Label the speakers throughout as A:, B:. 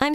A: I'm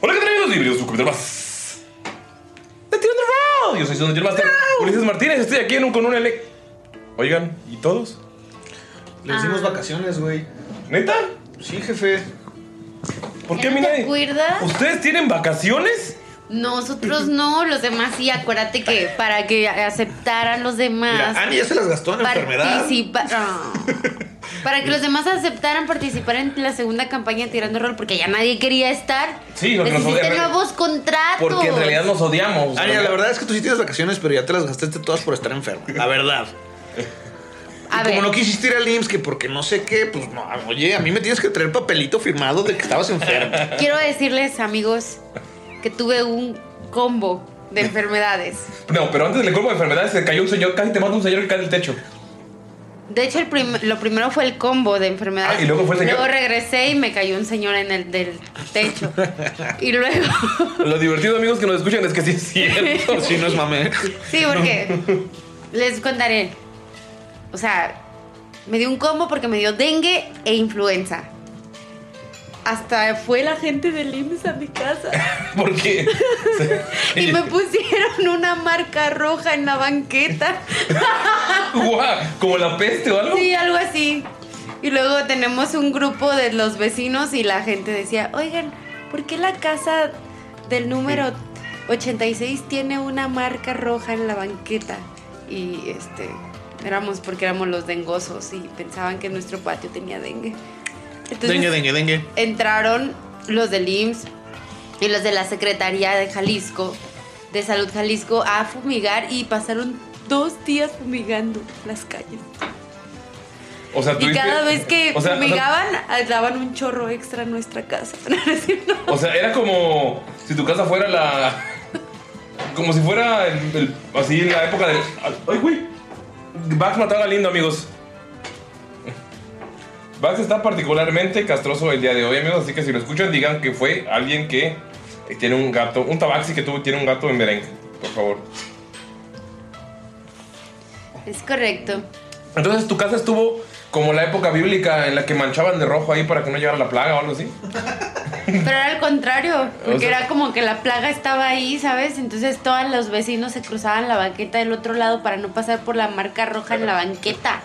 B: Hola, ¿qué tal amigos? Bienvenidos a un capítulo más de Tirando el Round. Yo soy Sandro Gilmaster, Ulises Martínez, estoy aquí en un- con un elec... Oigan, ¿y todos?
C: Le hicimos
D: Ah.
C: vacaciones, güey.
B: ¿Neta?
C: Sí, jefe.
B: ¿Por qué
D: ¿Ya
B: a mí
D: no te
B: nadie?
D: acuerdas?
B: ¿Ustedes tienen vacaciones?
D: Nosotros no, los demás sí, acuérdate que para que aceptaran los demás.
C: Mira, Ani ya se las gastó en enfermedad.
D: participa- Ah. para que los demás aceptaran participar en la segunda campaña de Tirando Rol, porque ya nadie quería estar.
B: Sí,
D: Les
B: porque nos
D: hiciste
B: odian.
D: nuevos contratos.
B: Porque en realidad nos odiamos.
C: Ani, Pues, la verdad es que tú sí tienes vacaciones, pero ya te las gastaste todas por estar enferma. La verdad.
D: A
C: Como
D: ver,
C: no quisiste ir al IMSS, que porque no sé qué, pues no, oye, a mí me tienes que traer papelito firmado de que estabas enferma.
D: quiero decirles, amigos, que tuve un combo de enfermedades.
B: No, pero antes del colmo de enfermedades se cayó un señor, casi te mata un señor que cae del techo.
D: De hecho, el prim- lo primero fue el combo de enfermedades.
B: Ah, y luego fue el señor.
D: Luego regresé y me cayó un señor en el del techo. y luego.
B: Lo divertido, amigos, que nos escuchan es que sí es cierto.
C: Sí, no es mame.
D: Sí, porque les contaré. O sea, me dio un combo porque me dio dengue e influenza. Hasta fue la gente del IMSS a mi casa
B: ¿Por qué?
D: y me pusieron una marca roja en la banqueta.
B: Guau, ¿Como la peste o algo?
D: Sí, algo así. Y luego tenemos un grupo de los vecinos y la gente decía, oigan, ¿por qué la casa del número 86 tiene una marca roja en la banqueta? Y este, éramos porque éramos los dengosos y pensaban que nuestro patio tenía dengue. Entonces,
C: Dengue, dengue, dengue.
D: entraron los del IMSS y los de la Secretaría de Jalisco, de Salud Jalisco, a fumigar y pasaron dos días fumigando las calles.
B: O sea,
D: Y
B: tuviste-
D: cada vez que
B: o sea, o sea,
D: fumigaban, daban un chorro extra a nuestra casa. No, no es cierto.
B: O sea, era como si tu casa fuera la. Como si fuera el, el- así la época del. ¡Ay, güey! Vax mataba a Lindo, amigos. Vax está particularmente castroso el día de hoy, amigos. Así que si lo escuchan, digan que fue alguien que eh, tiene un gato, un tabaxi que tuvo, tiene un gato en merengue, por favor.
D: Es correcto.
B: Entonces, tu casa estuvo como la época bíblica en la que manchaban de rojo ahí para que no llegara la plaga o algo así.
D: Pero era al contrario, porque
B: O sea-
D: era como que la plaga estaba ahí, ¿sabes? Entonces todos los vecinos se cruzaban la banqueta del otro lado para no pasar por la marca roja en la banqueta.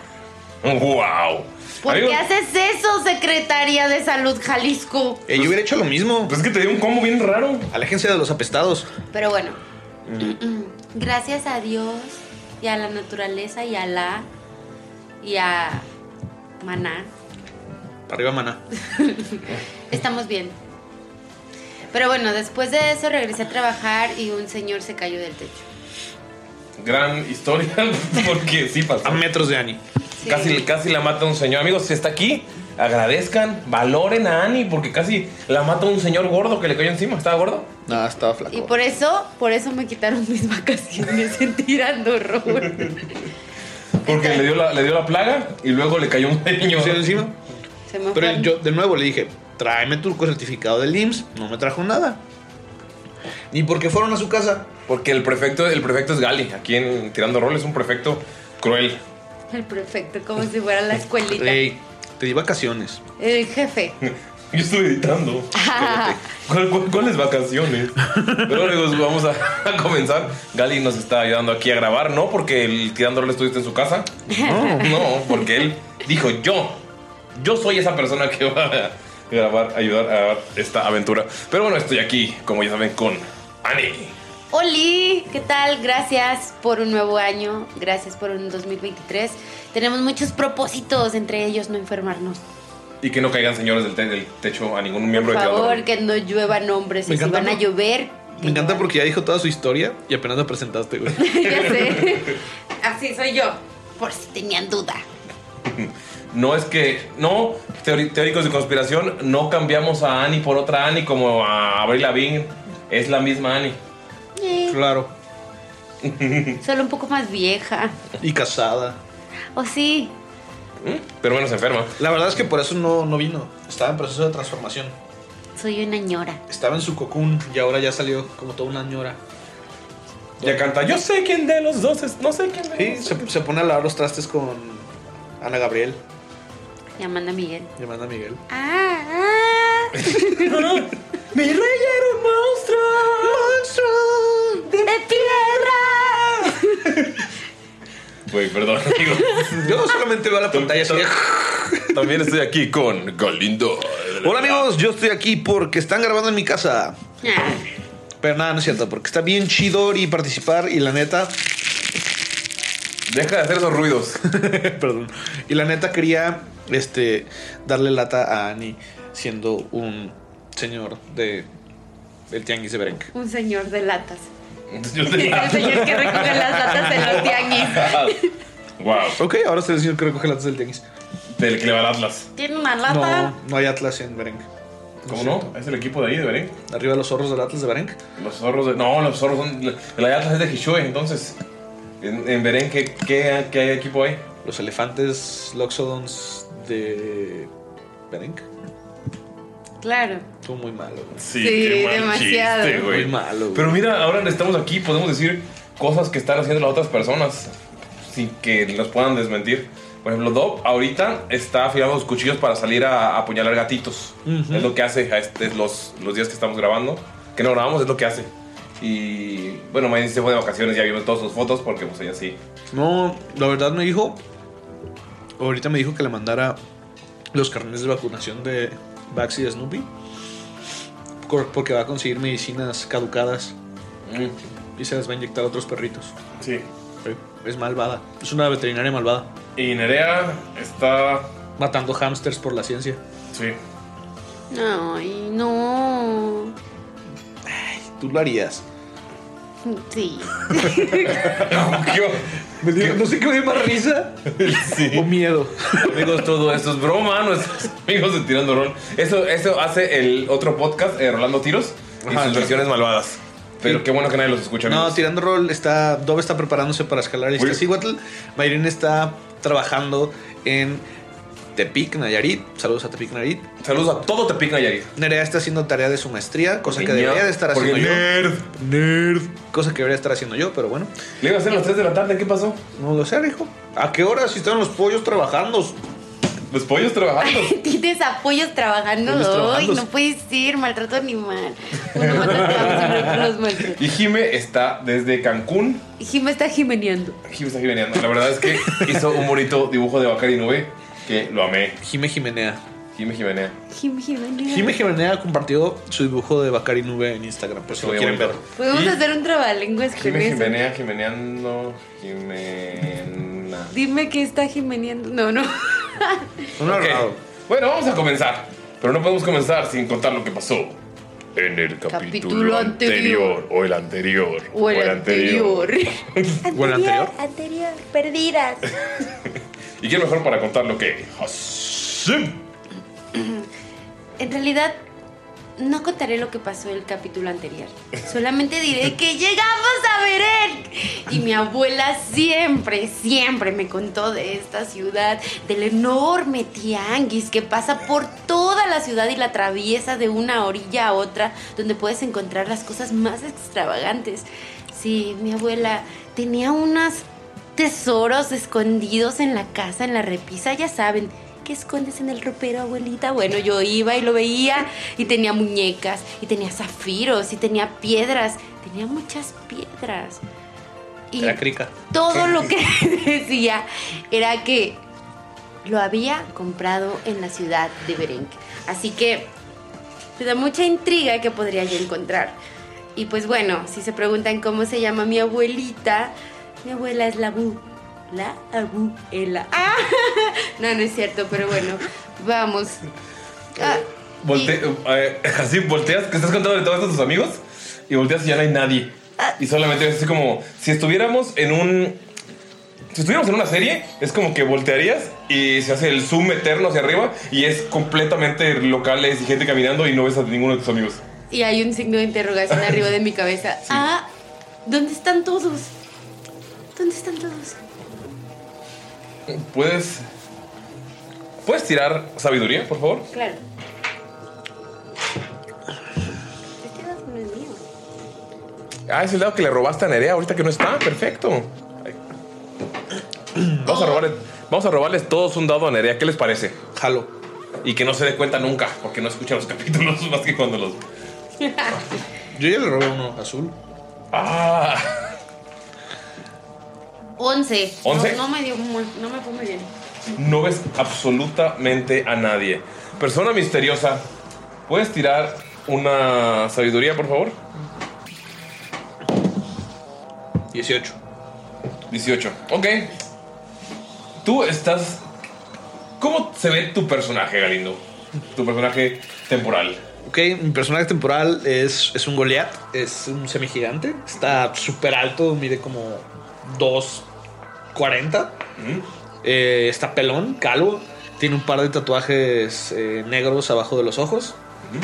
B: ¡Wow!
D: ¿Por qué haces eso, Secretaría de Salud Jalisco?
C: Eh, yo hubiera hecho lo mismo.
B: Pues es que te dio un combo bien raro.
C: Aléjense de los apestados.
D: Pero bueno, Gracias a Dios y a la naturaleza y a la y a Maná.
C: Para arriba, maná.
D: Estamos bien. Pero bueno, después de eso regresé a trabajar y un señor se cayó del techo.
B: Gran historia, porque sí pasó.
C: A metros de Ani.
D: Sí.
B: Casi, casi la mata un señor. Amigos, si está aquí, agradezcan, valoren a Ani, porque casi la mata un señor gordo que le cayó encima. ¿Estaba gordo?
C: Nada, estaba flaco.
D: Y por eso, por eso me quitaron mis vacaciones en tirando Robert.
B: Porque le dio la, le dio la plaga y luego le cayó un niño.
C: Sí, encima.
D: Se me
C: Pero
D: fueron.
C: yo de nuevo le dije, tráeme tu certificado del IMSS. No me trajo nada. Ni porque fueron a su casa.
B: Porque el prefecto, el prefecto es Gali. Aquí en Tirando Rol es un prefecto cruel.
D: El prefecto, como si fuera la escuelita.
C: Ey, te di vacaciones.
D: El jefe.
B: Yo estoy editando. ¿Cuál- cuál- ¿Cuáles vacaciones? Pero amigos, vamos a, a comenzar. Gali nos está ayudando aquí a grabar, no porque el tirándolo estuviste en su casa. No. porque él dijo yo. Yo soy esa persona que va a grabar, ayudar a grabar esta aventura. Pero bueno, estoy aquí, como ya saben, con Ani.
D: Oli, ¿qué tal? Gracias por un nuevo año, gracias por un 2023. Tenemos muchos propósitos, entre ellos no enfermarnos.
B: Y que no caigan señores del, te- del techo a ningún miembro
D: Por
B: de
D: favor,
B: tirándolo.
D: que no llueva nombres.
C: Me
D: Y si
C: encanta
D: van a
C: por-
D: llover. que
C: Me encanta
D: lluevan.
C: porque ya dijo toda su historia y apenas la presentaste, güey.
D: ya sé. Así soy yo, por si tenían duda.
B: No es que, no, teori- teóricos de conspiración, no cambiamos a Ani por otra Ani como a Abril Lavigne. Es la misma Ani.
C: Claro.
D: Solo un poco más vieja.
C: Y casada.
D: O sí,
B: ¿Mm? Pero menos enferma.
C: La verdad es que por eso no, no vino. Estaba en proceso de transformación.
D: soy una ñora.
C: Estaba en su cocoon y ahora ya salió como toda una ñora.
B: Ya canta, yo sé quién de los dos es, no sé quién de
C: Sí,
B: los
C: se, se pone a lavar los trastes con Ana Gabriel,
D: Llamando a Miguel.
C: llamando a Miguel.
D: Ah, ah,
B: Mi rey era un monstruo. Monstruo de piedra. Güey, perdón, amigo.
C: Yo solamente veo la pantalla. así de-
B: También estoy aquí con Galindo.
C: Hola amigos, yo estoy aquí porque están grabando en mi casa.
D: ah.
C: Pero nada, no es cierto, porque está bien chido y participar y la neta,
B: Deja de hacer esos ruidos.
C: perdón, y la neta quería este darle lata a Ani siendo un señor de el tianguis de Berenque.
D: Un señor de latas.
B: Yo te-
D: El señor que recoge las latas de los tianguis.
B: Wow.
C: Ok, ahora es el señor que recoge latas del tianguis.
B: Del que le va al Atlas.
D: Tiene una lata.
C: No, no hay Atlas en Berenque.
B: ¿Cómo no? Es el equipo de ahí, de Beren.
C: Arriba los zorros del Atlas de Berenque.
B: Los zorros de. No, los zorros son. El Atlas es de Hishue, entonces. En, en Beren, ¿qué, qué, qué equipo hay?
C: Los elefantes Loxodons de Berenque.
D: Claro.
C: Estuvo muy malo. güey.
B: Sí,
D: Sí, demasiado.
B: güey.
C: Muy malo, güey.
B: Pero mira, ahora estamos aquí, podemos decir cosas que están haciendo las otras personas sin que nos puedan desmentir. Por ejemplo, Dob ahorita está afilando los cuchillos para salir a, a apuñalar gatitos. Es lo que hace a este- los, los días que estamos grabando. Que no grabamos, es lo que hace. Y bueno, me se fue de vacaciones, ya vimos todas sus fotos porque pues ella sí.
C: No, la verdad me dijo. Ahorita me dijo que le mandara los carnes de vacunación de Bax y de Snoopy. cor- Porque va a conseguir medicinas caducadas y se las va a inyectar a otros perritos.
B: Sí.
C: Güey, Es malvada. Es una veterinaria malvada.
B: Y Nerea está...
C: Matando hámsters por la ciencia.
B: Sí.
D: Ay, no.
C: Tú lo harías.
D: Sí.
C: Me dio- no sé qué me dio más risa o miedo.
B: Amigos, todo esto es broma, nuestros amigos de Tirando Rol. Eso, eso hace el otro podcast, eh, Rolando Tiros, y
C: Ajá.
B: sus versiones malvadas. Pero qué bueno que nadie los escucha, amigos.
C: No, tirando rol está. Dove está preparándose para escalar este
B: Oye.
C: Cihuatl. Mayrin está trabajando en Tepic, Nayarit. Saludos a Tepic, Nayarit.
B: Saludos a todo Tepic Nayarit.
C: Nerea está haciendo tarea de su maestría, cosa que
B: Niña,
C: debería de estar haciendo
B: porque
C: yo.
B: nerd.
C: Nerd. Cosa que debería estar haciendo yo, pero bueno.
B: Le iba a hacer a las 3 de la tarde, ¿qué pasó?
C: No lo sé, hijo. ¿A qué hora si están los pollos trabajando?
B: Los pollos trabajando.
D: Tienes apoyos trabajando
C: Apoyos
D: hoy.
C: trabajando.
D: No puedes ir, maltrato animal. Uno mata a los maltratos.
B: Y Jime está desde Cancún.
D: Jim está jimeneando.
B: Jime está jimeneando. La verdad es que hizo un bonito dibujo de Bacari Nube que lo amé.
C: Jime Jimenea.
B: Jime Jimenea.
D: Jim Jiménez.
C: Jimmy Jimenea compartió su dibujo de Bacari Nube en Instagram, por si lo
B: Muy
C: quieren ver.
B: bonito.
D: Podemos
B: Y-
D: hacer un trabalenguas con
B: Jime
D: eso.
B: Jimenea, Jimeneando, Jimena.
D: Dime que está jimeneando. No, no.
C: Un arreglado.
B: Ok. Bueno, vamos a comenzar. Pero no podemos comenzar sin contar lo que pasó en el capítulo,
D: Capítulo anterior.
B: anterior. O el anterior.
D: O el anterior.
C: ¿O el anterior?
D: Anterior. Perdidas.
B: ¿Y qué mejor para contar lo que Hassim
D: En realidad, no contaré lo que pasó el capítulo anterior. Solamente diré que llegamos a Beret. Y mi abuela siempre, siempre me contó de esta ciudad, del enorme tianguis que pasa por toda la ciudad y la atraviesa de una orilla a otra, donde puedes encontrar las cosas más extravagantes. Sí, mi abuela tenía unas tesoros escondidos en la casa, en la repisa, ya saben. ¿Qué escondes en el ropero, abuelita? Bueno, yo iba y lo veía y tenía muñecas y tenía zafiros y tenía piedras. Tenía muchas piedras. Y
C: Era crica.
D: todo lo que decía era que lo había comprado en la ciudad de Berenc. Así que me da mucha intriga que podría yo encontrar. Y pues bueno, si se preguntan cómo se llama mi abuelita, mi abuela es la Bu. La abuela. Ah, no, no es cierto, pero bueno, vamos. Ah,
B: Volte eh, Hasib, volteas, que estás contando de todo esto a tus amigos y volteas y ya no hay nadie. Y solamente es así como si estuviéramos en un. Si estuviéramos en una serie, es como que voltearías y se hace el zoom eterno hacia arriba y es completamente locales y gente caminando y no ves a ninguno de tus amigos.
D: y, y hay un signo de interrogación arriba de mi cabeza. Ah, ¿dónde están todos? ¿Dónde están todos?
B: ¿Puedes. ¿Puedes tirar sabiduría, por favor?
D: Claro. Este dato no es mío.
B: Ah, es el dado que le robaste a Nerea ahorita que no está. Perfecto. Ay. Vamos a, robarle- vamos a robarles todos un dado a Nerea. ¿Qué les parece?
C: Jalo.
B: Y que no se dé cuenta nunca, porque no escucha los capítulos más que cuando los.
C: Yo ya le robé uno azul.
B: ¡Ah!
D: 11.
B: ¿Once?
D: No, no me dio muy, no me fue muy bien.
B: No ves absolutamente a nadie. Persona misteriosa, ¿puedes tirar una sabiduría, por favor?
C: 18.
B: 18. Ok. Tú estás. ¿Cómo se ve tu personaje, Galindo? Tu personaje temporal.
C: Ok, mi personaje temporal es, es un Goliath, es un semigigante, está súper alto, mide como 2.40, Eh, está pelón, calvo, tiene un par de tatuajes eh, negros abajo de los ojos,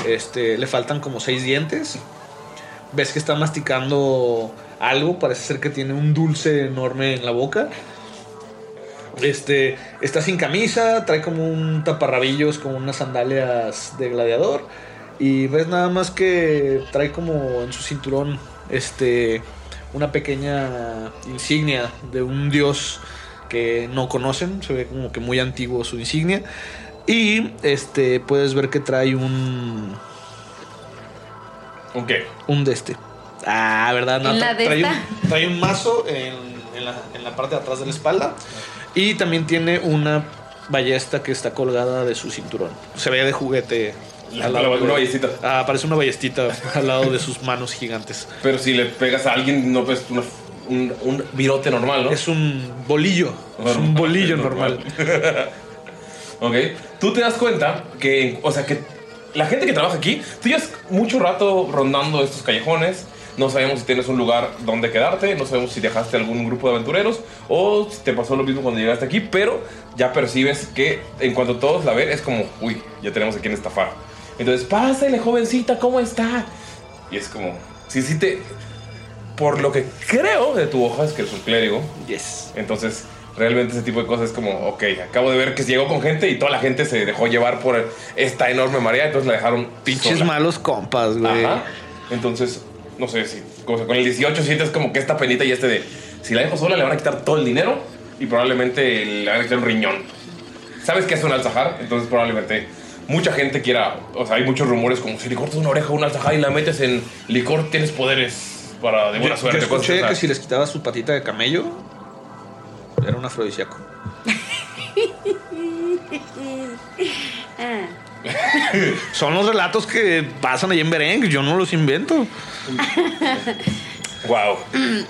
C: este, le faltan como seis dientes, ves que está masticando algo, parece ser que tiene un dulce enorme en la boca. Este está sin camisa, trae como un taparrabillos con unas sandalias de gladiador y ves nada más que trae como en su cinturón este una pequeña insignia de un dios que no conocen, se ve como que muy antiguo su insignia y este puedes ver que trae un
B: Ok.
C: un de este. Ah, ¿verdad?
D: ¿En
C: tra-
D: la de
C: trae,
D: esta?
C: un, trae un mazo en, en la, en la parte de atrás de la espalda. Y también tiene una ballesta que está colgada de su cinturón. Se ve de juguete.
B: La-
C: al lado
B: la-
C: de-
B: una ballestita.
C: Ah, parece una ballestita al lado de sus manos gigantes.
B: Pero si le pegas a alguien, no ves una- un, un virote normal, ¿no?
C: Es un bolillo. Es un bolillo normal.
B: ok. Tú te das cuenta que, o sea, que la gente que trabaja aquí, tú llevas mucho rato rondando estos callejones. No sabemos si tienes un lugar donde quedarte, no sabemos si dejaste algún grupo de aventureros o si te pasó lo mismo cuando llegaste aquí, pero ya percibes que en cuanto todos la ven es como, uy, ya tenemos a quien estafar. Entonces, pásale, jovencita, ¿cómo está? Y es como, si sí te... Por lo que creo de tu hoja es que eres un clérigo,
C: Yes.
B: entonces, realmente ese tipo de cosas es como, ok, acabo de ver que llegó con gente y toda la gente se dejó llevar por esta enorme marea, entonces la dejaron
C: Pinches
B: sola.
C: malos compas, güey.
B: Ajá. Entonces, no sé si como que con el 18 sientes como que esta penita y este de, si la dejo sola le van a quitar todo el dinero y probablemente le van a quitar un riñón. ¿Sabes qué es un alzahar? Entonces probablemente mucha gente quiera, o sea, hay muchos rumores como si le cortas una oreja a un alzahar y la metes en licor, tienes poderes para de
C: Yo,
B: buena
C: yo
B: suerte. cosas
C: escuché
B: así.
C: que si les quitaba su patita de camello, era un afrodisíaco.
D: Ah.
C: Son los relatos que pasan ahí en Bereng, yo no los invento.
B: Wow.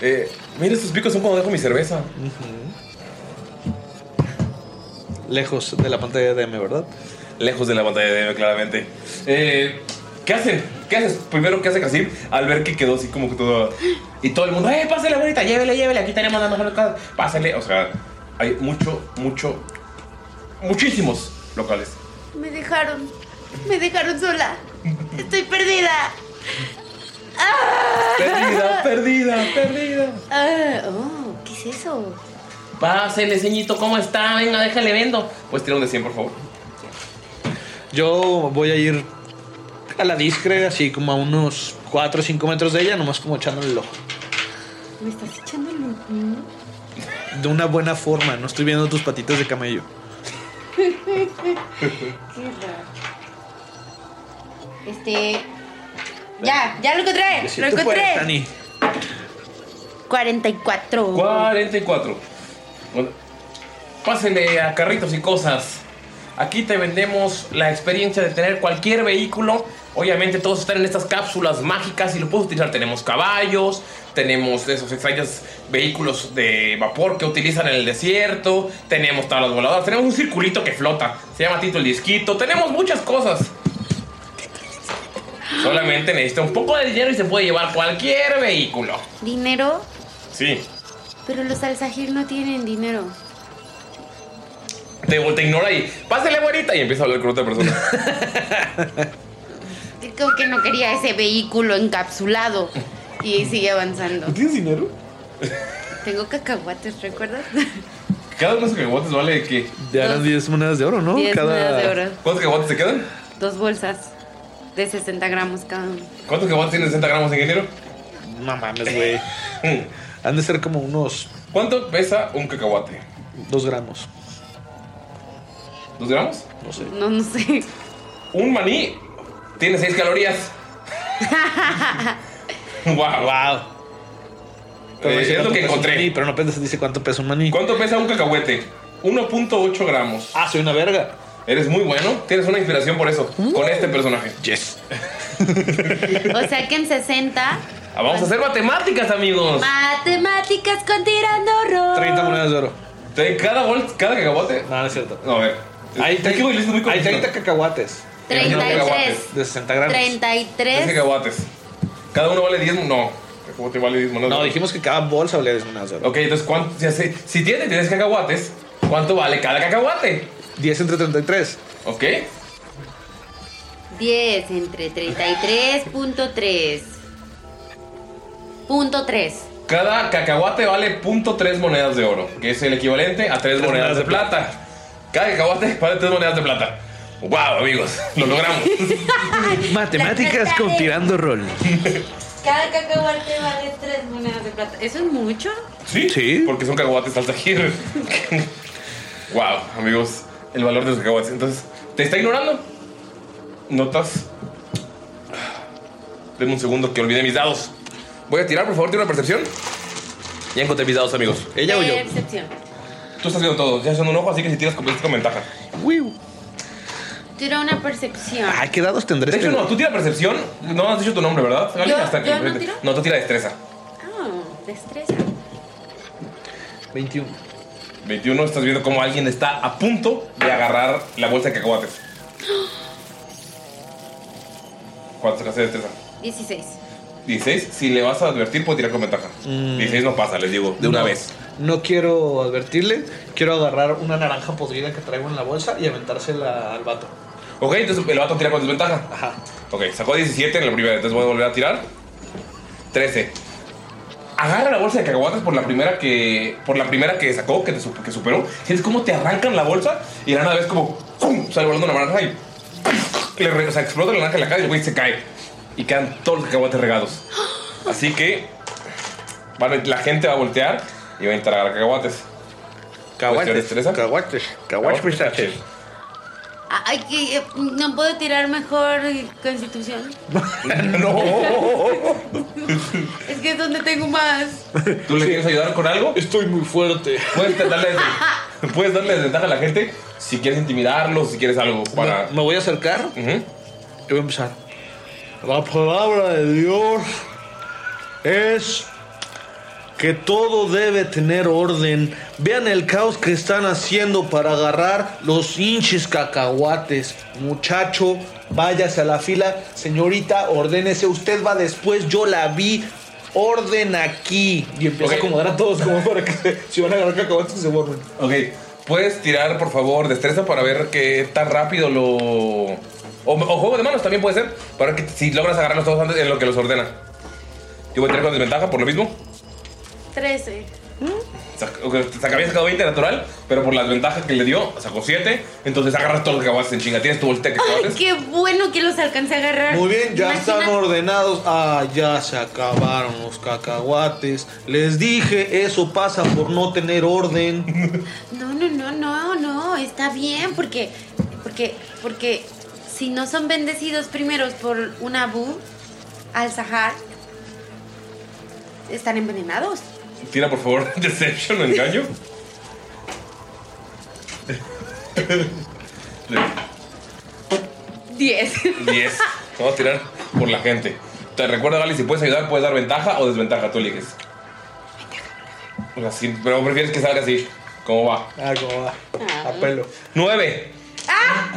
B: Eh, mira, estos picos son cuando dejo mi cerveza.
C: Lejos de la pantalla de M, ¿verdad?
B: Lejos de la pantalla de M, claramente. Eh, ¿Qué hacen? ¿Qué haces? Primero, ¿qué hace Casim al ver que quedó así como que todo. Y todo el mundo, ¡eh, pásale, bonita! Llévele, llévele, aquí tenemos la mejor casa. Pásale. O sea, hay mucho, mucho, muchísimos locales.
D: Me dejaron. Me dejaron sola. Estoy perdida.
B: Perdida, perdida, perdida.
D: Ah, oh, ¿qué es eso?
B: Pásale, ceñito, ¿cómo está? Venga, déjale vendo. Pues tira un de 100, por favor.
C: Yo voy a ir a la discre, así como a unos 4 o 5 metros de ella, nomás como echándole el ojo.
D: ¿Me estás echando el ojo?
C: De una buena forma, no estoy viendo tus patitas de camello.
D: Qué raro. Este. Ya, ya lo encontré.
C: Te
D: Lo
C: siento fuerte,
D: encontré.
C: Tani.
D: 44.
B: 44. Bueno, pásenle a carritos y cosas. Aquí te vendemos la experiencia de tener cualquier vehículo. Obviamente todos están en estas cápsulas mágicas y lo puedes utilizar. Tenemos caballos, tenemos de esos extraños vehículos de vapor que utilizan en el desierto, tenemos tablas voladoras, tenemos un circulito que flota. Se llama Tito el Disquito, tenemos muchas cosas. Solamente necesita un poco de dinero y se puede llevar cualquier vehículo.
D: ¿Dinero?
B: Sí,
D: Pero los alzajir no tienen dinero.
B: Te, te ignora y pásale bonita y empieza a hablar con otra persona.
D: Creo que no quería ese vehículo encapsulado. Y sigue avanzando.
B: ¿Tienes dinero?
D: Tengo cacahuates, ¿recuerdas?
B: Cada uno de esos cacahuates vale que.
C: Ya eran 10 monedas de oro, ¿no?
D: 10
C: Oh, Cada-
D: monedas de oro.
B: ¿Cuántos cacahuates te quedan?
D: Dos bolsas de 60 gramos cada uno.
B: ¿Cuántos cacahuates tienen 60 gramos en dinero?
C: No mames, güey. Han de ser como unos
B: ¿Cuánto pesa un cacahuate?
C: 2 gramos.
B: ¿2 gramos?
C: No sé.
D: No, no sé.
B: Un maní tiene 6 calorías. wow, wow.
C: no sé
B: Eh, es
C: cuánto
B: lo que
C: pesa un maní,
B: encontré.
C: pero no pensas, dice cuánto pesa un maní.
B: ¿Cuánto pesa un cacahuete? 1.8 gramos.
C: Ah, soy una verga.
B: Eres muy bueno. Tienes una inspiración por eso. Con este personaje.
C: Yes.
D: O sea que en 60,
B: Ah, vamos a hacer matemáticas, amigos.
D: matemáticas con tirando ro.
C: 30 monedas de oro.
B: De cada, bol, cada cacahuate
C: No, no es cierto.
B: No, a ver.
C: Hay
B: Es que voy listo, muy
C: 30, hay
B: confuso.
C: 30 cacahuates
D: 33.
C: de 60 gramos.
D: 33.
B: Tres cacahuates. Cada uno vale 10. No, cacahuate vale 10 monedas.
C: No, dijimos que cada bolsa valía 10 monedas de oro.
B: Ok, entonces, ¿cuánto? Si, hace- si tienes 10 cacahuates, ¿cuánto vale cada cacahuate?
C: 10 entre 33.
B: Ok.
D: 10 entre 33.3. Punto 3.
B: Cada cacahuate vale 0.3 monedas de oro, que es el equivalente a 3
C: Tres
B: monedas
C: monedas
B: de
C: de
B: plata. Cada cacahuate vale 3 monedas de plata. ¡Wow, amigos! Lo logramos.
D: Las
C: Matemáticas con
D: totales.
C: tirando rol.
D: Cada cacahuate vale 3 monedas de plata. ¿Eso es mucho?
B: ¿Sí?
C: Sí.
B: Porque son cacahuates al tajir. wow, amigos, el valor de los cacahuates. Entonces, ¿te está ignorando? Notas. Denme un segundo que olvidé mis dados. Voy a tirar, por favor, tiene una percepción. Ya encontré mis dados, amigos.
C: Ella o yo.
D: Percepción.
B: Tú estás viendo todo, ya son un ojo, así que si tiras completas con ventaja.
C: Uiu.
D: Tira una percepción.
C: Ay, ¿qué dados tendré
B: De
C: este?
B: hecho, no, tú tira percepción. No has dicho tu nombre, ¿verdad? Gali?
D: Yo-
B: Hasta que-
D: yo no tiro.
B: no, tú tira destreza.
D: Ah, destreza.
C: 21.
B: 21, estás viendo cómo alguien está a punto de agarrar la bolsa de cacahuates. ¿Cuánto sacaste de destreza?
D: 16.
B: 16. Si le vas a advertir, puedes tirar con ventaja. 16 no pasa, les digo, de una
C: No,
B: vez.
C: No quiero advertirle. Quiero agarrar una naranja podrida que traigo en la bolsa y aventársela al vato.
B: Ok, entonces el vato tira con desventaja.
C: Ajá.
B: Ok, sacó 17 en la primera, entonces voy a volver a tirar. 13. Agarra la bolsa de cacahuates por la primera que por la primera que sacó, que, te su- que superó. Sientes cómo te arrancan la bolsa y de la nada ves como ¡pum! sale volando una naranja y le re- o sea, explota la naranja en la cara y el güey se cae. Y quedan todos los cacahuates regados. Así que van a- la gente va a voltear y va a entrar a agarrar cacahuates.
C: Caguates.
B: destreza?
C: Caguates. Caguates pistaches.
D: Ay, que eh, no puedo tirar mejor constitución.
B: No.
D: Es que es donde tengo más.
B: ¿Tú le quieres ayudar con algo?
C: Estoy muy fuerte.
B: Puedes tratarle de- Puedes darle desventaja a la gente si quieres intimidarlos, si quieres algo para.
C: Me, me voy a acercar y voy a empezar. La palabra de Dios es que todo debe tener orden. Vean el caos que están haciendo para agarrar los hinches cacahuates. Muchacho, váyase a la fila. Señorita, ordénese. Usted va después, yo la vi. Orden aquí. Y
B: Ok.
C: empieza a acomodar a todos como para que si van a agarrar cacahuates que se borren.
B: Ok, puedes tirar por favor destreza para ver qué tan rápido lo. O, o juego de manos también puede ser, para ver que si logras agarrarlos todos antes en lo que los ordena. Yo voy a tirar con desventaja por lo mismo.
D: 13.
B: Sac- ok, Saca, había sacado 20 natural, pero por las ventajas que le dio, sacó 7. Entonces agarras todos los cacahuates en chinga. Tienes tu bolsita de
D: Ay,
B: cacahuates.
D: qué bueno que los alcancé a agarrar.
C: Muy bien, ya
D: Imagina-
C: están ordenados. Ah, ya se acabaron los cacahuates. Les dije, eso pasa por no tener orden.
D: No, no, no, no, no, está bien, porque, porque, porque si no son bendecidos primeros por un Abu al Sahar, están envenenados.
B: Tira por favor Deception o engaño.
D: Diez.
B: 10. Vamos a tirar por la gente. Te recuerdo, Gali, si puedes ayudar, puedes dar ventaja o desventaja. Tú eliges. O sea, sí, pero prefieres que salga así. ¿Cómo va?
C: Ah, como va. A pelo.
B: 9. ¡Ah!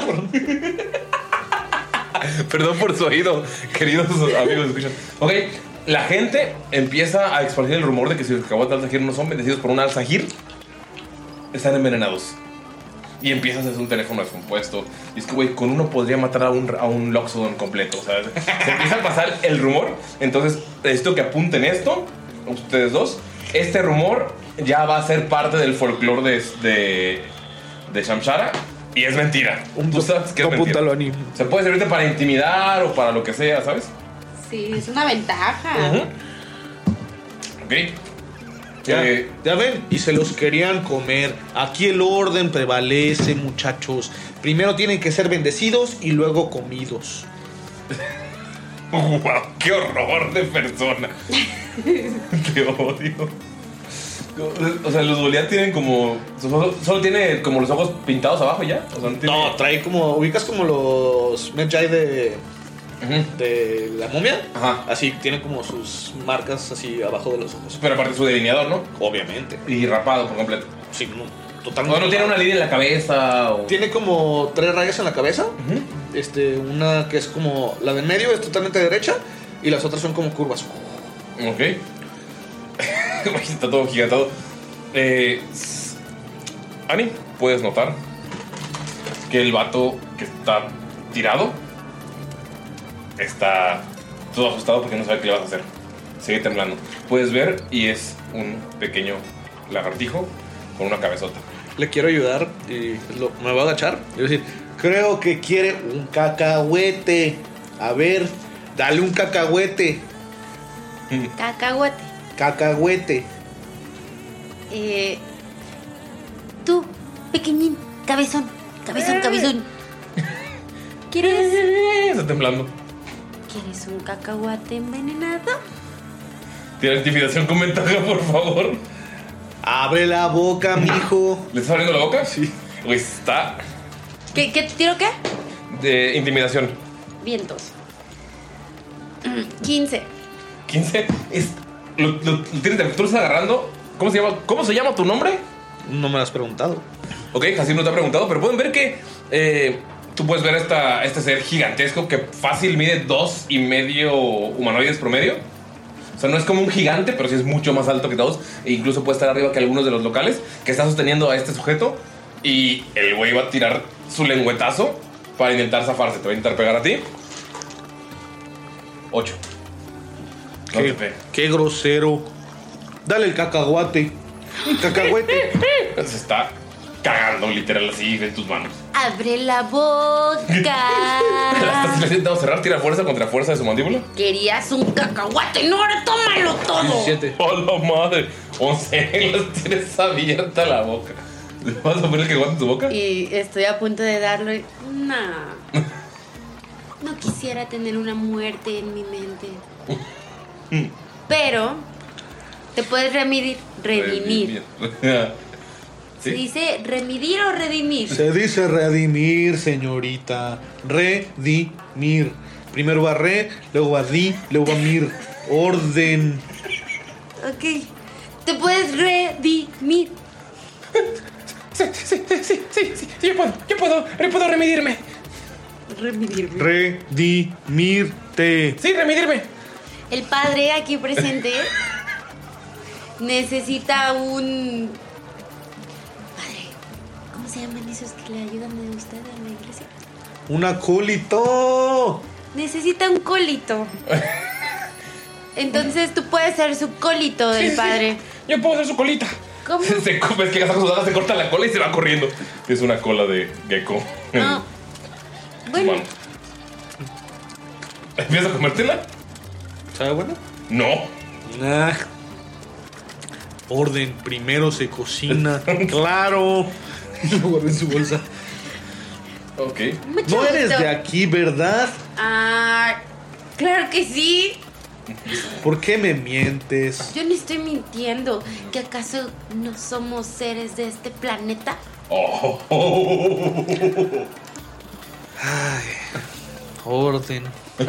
B: Perdón por su oído, queridos amigos. escuchan. Ok, la gente empieza a expandir el rumor de que si los cacahuates al Sahir no son bendecidos por un al Sahir, están envenenados. Y empiezas a hacer un teléfono descompuesto. Y es que, güey, con uno podría matar a un, a un Loxodon completo. O sea, se empieza a pasar el rumor. Entonces, esto que apunten esto, ustedes dos, este rumor ya va a ser parte del folclore de, de, de Shamshara. Y es mentira. Tú sabes que es mentira.
C: apúntalo, Ani.
B: Se puede servirte para intimidar o para lo que sea, ¿sabes?
D: Sí, es una ventaja.
B: Ok.
C: Ya,
B: Eh,
C: ya ven, y se los querían comer. Aquí el orden prevalece, muchachos. Primero tienen que ser bendecidos y luego comidos.
B: ¡Guau! ¡Qué horror de persona! Te odio. O sea, los Goliath tienen como. Solo, solo tiene como los ojos pintados abajo ya. O sea, no tiene.
C: No, trae como, ubicas como los Medjay de, de la momia.
B: Ajá.
C: Así, tiene como sus marcas así abajo de los ojos.
B: Pero aparte su delineador, ¿no?
C: Obviamente.
B: Y rapado por completo.
C: Sí, no, totalmente.
B: O no tiene una línea en la cabeza. O...
C: Tiene como tres rayas en la cabeza. Este, una que es como la del medio es totalmente derecha y las otras son como curvas.
B: Ok. Güey, Está todo gigantado. Eh, s- Ani, puedes notar que el vato que está tirado está todo asustado porque no sabe qué le vas a hacer. Sigue temblando. Puedes ver y es un pequeño lagartijo con una cabezota.
C: Le quiero ayudar y lo- me va a agachar. Y voy a decir, creo que quiere un cacahuete. A ver, dale un cacahuete.
D: Cacahuate.
C: Cacahuete.
D: Eh, tú, pequeñín, cabezón, cabezón, cabezón. ¿Quieres,
B: Está temblando.
D: ¿Quieres un cacahuate envenenado?
B: Tira intimidación con ventaja, por favor.
C: Abre la boca, mijo.
B: ¿Le estás abriendo la boca? Sí. Güey, está
D: ¿Qué, qué tiro qué?
B: de intimidación.
D: Vientos. 15.
B: 15 es. Lo, lo- lo tienes, de- tú lo estás agarrando. ¿Cómo se llama? ¿Cómo se llama tu nombre?
C: No me lo has preguntado.
B: Ok, Jacinto no te ha preguntado, pero pueden ver que eh, tú puedes ver esta, este ser gigantesco que fácil mide dos y medio humanoides promedio. O sea, no es como un gigante, pero sí es mucho más alto que todos. E incluso puede estar arriba que algunos de los locales que está sosteniendo a este sujeto. Y el güey va a tirar su lengüetazo para intentar zafarse. Te va a intentar pegar a ti. 8. No te pega.
C: Qué, qué grosero. Dale el cacahuate. Cacahuete.
B: Se está cagando literal así en tus manos.
D: Abre la boca.
B: ¿Estás intentando cerrar? Tira fuerza contra fuerza de su mandíbula.
D: Querías un cacahuate. No, ahora tómalo todo.
C: 17.
B: ¡Oh, la madre! 11 las tienes abierta la boca. ¿Le vas a poner el que guante en tu boca?
D: Y estoy a punto de darlo y. Nah. No quisiera tener una muerte en mi mente. Pero Te puedes remidir, redimir. ¿Se
B: ¿Sí?
D: dice remidir o redimir?
C: Se dice redimir, señorita. Redimir. Primero va re, luego va di, luego va mir. Orden.
D: Ok. Te puedes redimir.
B: Sí, sí, sí, sí, sí, sí, yo puedo, yo puedo, yo puedo remidirme.
D: Remidirme.
C: Redimirte.
B: Sí, remidirme.
D: El padre aquí presente necesita un. Padre, ¿cómo se llaman esos que le ayudan de usted a la iglesia?
C: Un acólito.
D: Necesita un colito. Entonces tú puedes ser su colito
B: Sí,
D: del
B: sí,
D: padre.
B: Yo puedo hacer su colita.
D: ¿Cómo?
B: Se, se, es que Gaza Josada se corta la cola y se va corriendo. Es una cola de gecko.
D: No. Ah, Bueno,
B: Bueno. ¿Empiezas a comértela?
C: ¿Sabe bueno?
B: No.
C: Nah. Orden. Primero se cocina. claro. Y lo guardé en su bolsa.
B: Ok.
D: mucho
C: No eres
D: gusto.
C: de aquí, ¿verdad?
D: Ah, claro que sí.
C: ¿Por qué me mientes?
D: Yo no estoy mintiendo. ¿Que acaso no somos seres de este planeta?
B: Oh, oh, oh, oh, oh, oh.
C: Orden.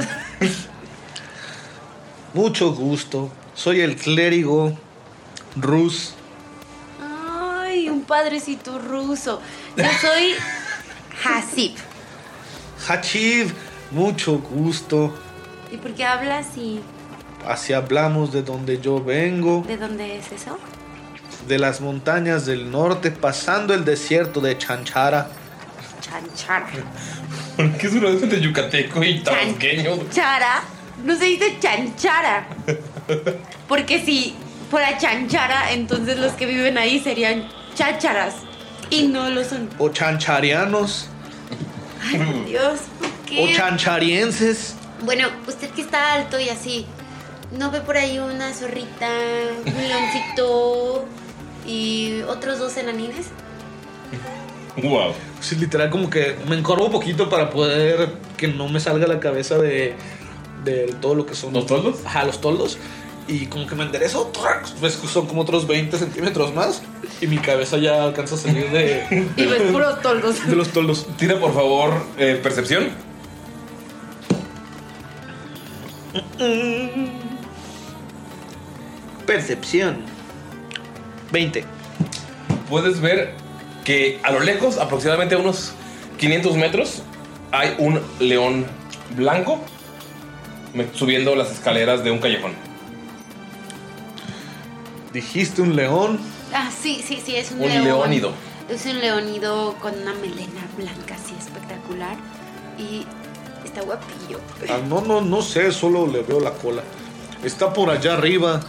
C: Mucho gusto. Soy el clérigo Rus.
D: Ay, un padrecito ruso. Yo soy Hasip.
C: Hachiv. Mucho gusto.
D: ¿Y por qué hablas y
C: Así hablamos de donde yo vengo,
D: de dónde es eso?
C: de las montañas del norte, pasando el desierto de Chanchara.
D: Chanchara.
B: ¿Por qué es una vez de yucateco y tabasqueño?
D: Chanchara. No se dice chanchara. Porque si fuera chanchara, entonces los que viven ahí serían chácharas. Y no lo son.
C: O chancharianos,
D: Dios, ¿por qué?
C: o chancharienses.
D: Bueno, usted que está alto y así, ¿no ve por ahí una zorrita, un leoncito y otros dos enanines?
B: Wow.
C: Sí, literal, como que me encorvo un poquito para poder que no me salga la cabeza de, de todo lo que son.
B: ¿Los toldos?
C: Ajá, los toldos. Y como que me enderezo, ¡trac! ves que son como otros 20 centímetros más. Y mi cabeza ya alcanza a salir de,
D: Y ves puros toldos.
C: de los toldos.
B: Tira por favor eh, percepción.
C: Percepción: 20.
B: Puedes ver que a lo lejos, aproximadamente a unos 500 metros, hay un león blanco me- subiendo las escaleras de un callejón.
C: Dijiste un león.
D: Ah, sí, sí, sí, es un,
B: Un
D: león.
B: leónido.
D: Es un leónido con una melena blanca así espectacular y está guapillo.
C: Ah, no, no, no sé, solo le veo la cola. Está por allá arriba,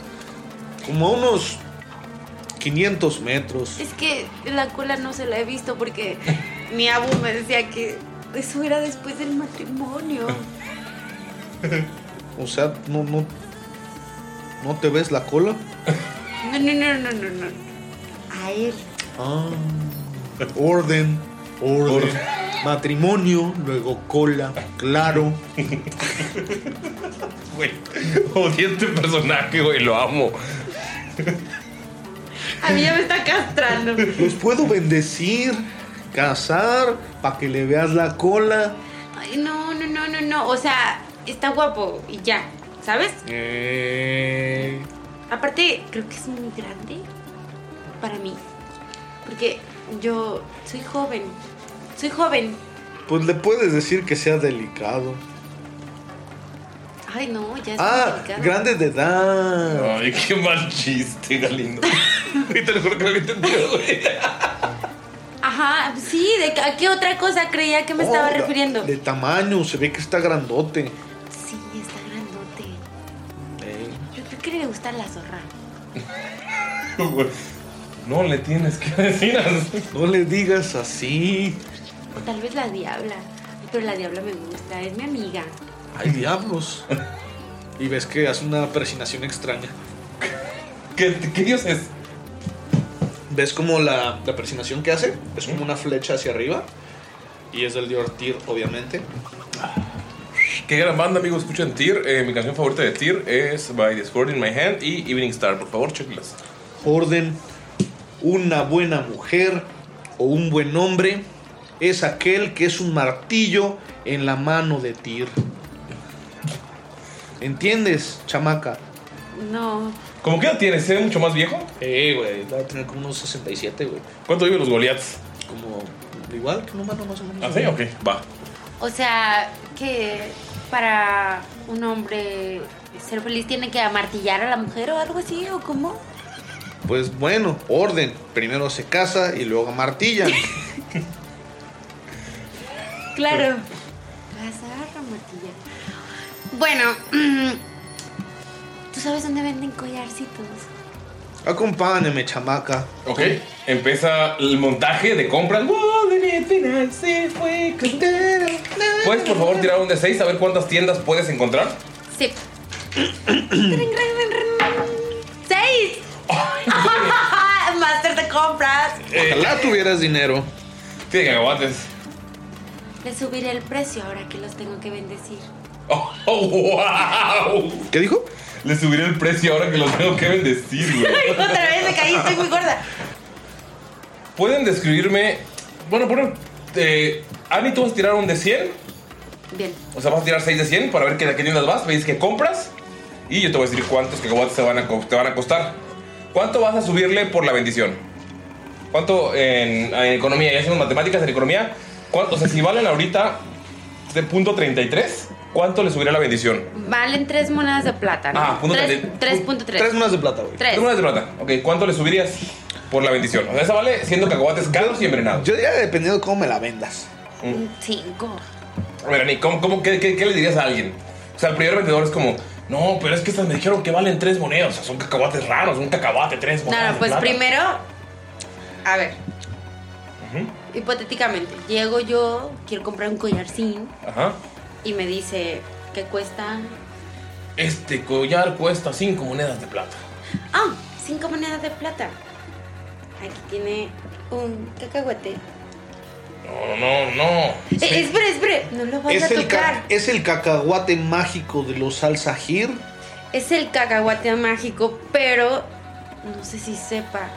C: como a unos 500 metros.
D: Es que la cola no se la he visto porque mi abu me decía que eso era después del matrimonio.
C: O sea, no, no. ¿No te ves la cola?
D: No, no, no, no, no, no. A él.
C: Ah. Orden, orden. Matrimonio, luego cola, claro.
B: Güey, odio este personaje, güey, lo amo.
D: A mí ya me está castrando.
C: Los puedo bendecir, casar, para que le veas la cola.
D: Ay, no, no, no, no, no. O sea, está guapo y ya, ¿sabes?
C: Eh,
D: Aparte, creo que es muy grande para mí. Porque yo soy joven. Soy joven.
C: Pues le puedes decir que sea delicado.
D: Ay, no, ya es
C: Ah,
D: complicado.
C: grandes de edad.
B: Ay, qué mal chiste, Galindo. Ahorita lo juro que lo había entendido, güey.
D: Ajá, sí, ¿de qué- a qué otra cosa creía que me estaba
C: Oh,
D: refiriendo?
C: De tamaño, se ve que está grandote. Eh,
D: Sí, está grandote. Yo creo que le gusta la zorra.
B: No le tienes que decir así.
C: No le digas así.
D: O tal vez la diabla. Ay, Pero la diabla me gusta, es mi amiga.
C: Ay, diablos. Y ves que hace una persinación extraña.
B: ¿Qué, qué dios es?
C: ¿Ves como la, la persinación que hace? Es como una flecha hacia arriba. Y es del dios Tyr, obviamente.
B: Qué gran banda, amigos. Escuchen Tear. Eh, mi canción favorita de Tear es By the Sword in My Hand y Evening Star. Por favor, chequenlas.
C: Orden, una buena mujer o un buen hombre es aquel que es un martillo en la mano de Tyr. ¿Entiendes, chamaca?
D: No.
B: ¿Cómo que edad tienes? ¿Eres mucho más viejo?
C: Eh, güey, va a tener como unos 67, güey.
B: ¿Cuánto viven los Goliaths?
C: Como igual que un humano más o menos.
B: ¿Ah, sí? Ok, va.
D: O sea, que para un hombre ser feliz tiene que amartillar a la mujer o algo así, ¿o cómo?
C: Pues bueno, orden. Primero se casa y luego martillan.
D: Claro. Casar o amartillar. Bueno, mm, ¿tú sabes dónde venden collarcitos?
C: Acompáñame, chamaca.
B: Ok, empieza el montaje de compras.
C: Pues,
B: ¿Puedes por favor tirar un de 6 a ver cuántas tiendas puedes encontrar?
D: Sí. ¡Seis! Master de compras.
C: Ojalá tuvieras dinero.
B: Tiene cacahuates.
D: Le subiré el precio ahora que los tengo que bendecir.
B: Oh, oh, wow.
C: ¿Qué dijo?
B: Le subiré el precio ahora que los tengo que bendecir, güey.
D: Ay, Otra vez me caí, estoy muy gorda.
B: ¿Pueden describirme? Bueno, bueno, eh, Ani, tú vas a tirar un de 100.
D: Bien.
B: O sea, vas a tirar 6 de 100 para ver que, a qué tiendas vas, veis que compras. Y yo te voy a decir cuántos cacahuates te van a, co- te van a costar. ¿Cuánto vas a subirle por la bendición? ¿Cuánto en, en economía? Ya hacemos matemáticas en economía. ¿Cuánto? O sea, si valen ahorita de punto 33, ¿cuánto le subirá la bendición?
D: Valen tres monedas de plata, ¿no?
B: Ah, punto
D: Tres-
B: treinta y-
D: 3.3.
C: Tres más de plata, güey.
D: Tres.
B: Tengo unas de plata. Ok, ¿cuánto le subirías por la bendición? O sea, esa vale siendo cacahuates caros y envenenados.
C: Ah, Yo diría dependiendo de cómo me la vendas.
D: Cinco.
B: A ver, Ani, ¿cómo, cómo- qué, qué- qué le dirías a alguien? O sea, el primer vendedor es como, no, pero es que estas me dijeron que valen tres monedas. O sea, son cacahuates raros, un cacahuate, tres monedas.
D: No, no,
B: de
D: pues
B: plata.
D: primero, a ver. Hipotéticamente, llego yo, quiero comprar un collarcín
B: Ajá.
D: y me dice que cuesta.
B: Este collar cuesta cinco monedas de plata.
D: ¡Ah! cinco monedas de plata. Aquí tiene un cacahuete.
B: No, no, no, no.
D: Eh, espere, espere, no lo vayas
C: Es
D: a
C: el,
D: tocar.
C: ca- es el cacahuate mágico de los alzajir.
D: Es el cacahuate mágico, pero no sé si sepa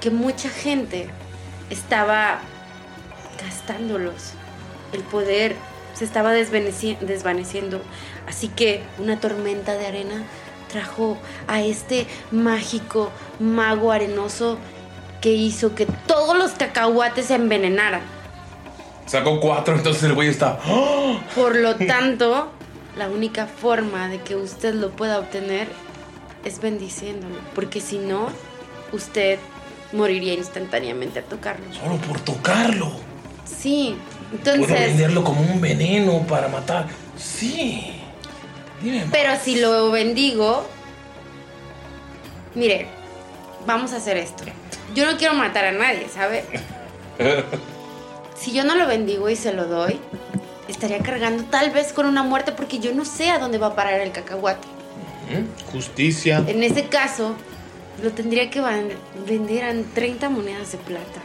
D: que mucha gente estaba gastándolos. El poder se estaba desvaneci- desvaneciendo. Así que una tormenta de arena trajo a este mágico mago arenoso que hizo que todos los cacahuates se envenenaran.
B: Sacó cuatro, entonces el güey está. ¡Ah!
D: Por lo tanto, la única forma de que usted lo pueda obtener es bendiciéndolo, porque si no, usted moriría instantáneamente al tocarlo.
B: Solo por tocarlo.
D: Sí,
B: Puedo
D: entonces,
B: venderlo como un veneno para matar. Sí. Dime, ma-
D: pero si lo bendigo, mire, vamos a hacer esto. Yo no quiero matar a nadie, ¿sabe? Si yo no lo bendigo y se lo doy, estaría cargando tal vez con una muerte porque yo no sé a dónde va a parar el cacahuate.
C: Justicia.
D: En ese caso, lo tendría que van- vender a 30 monedas de plata.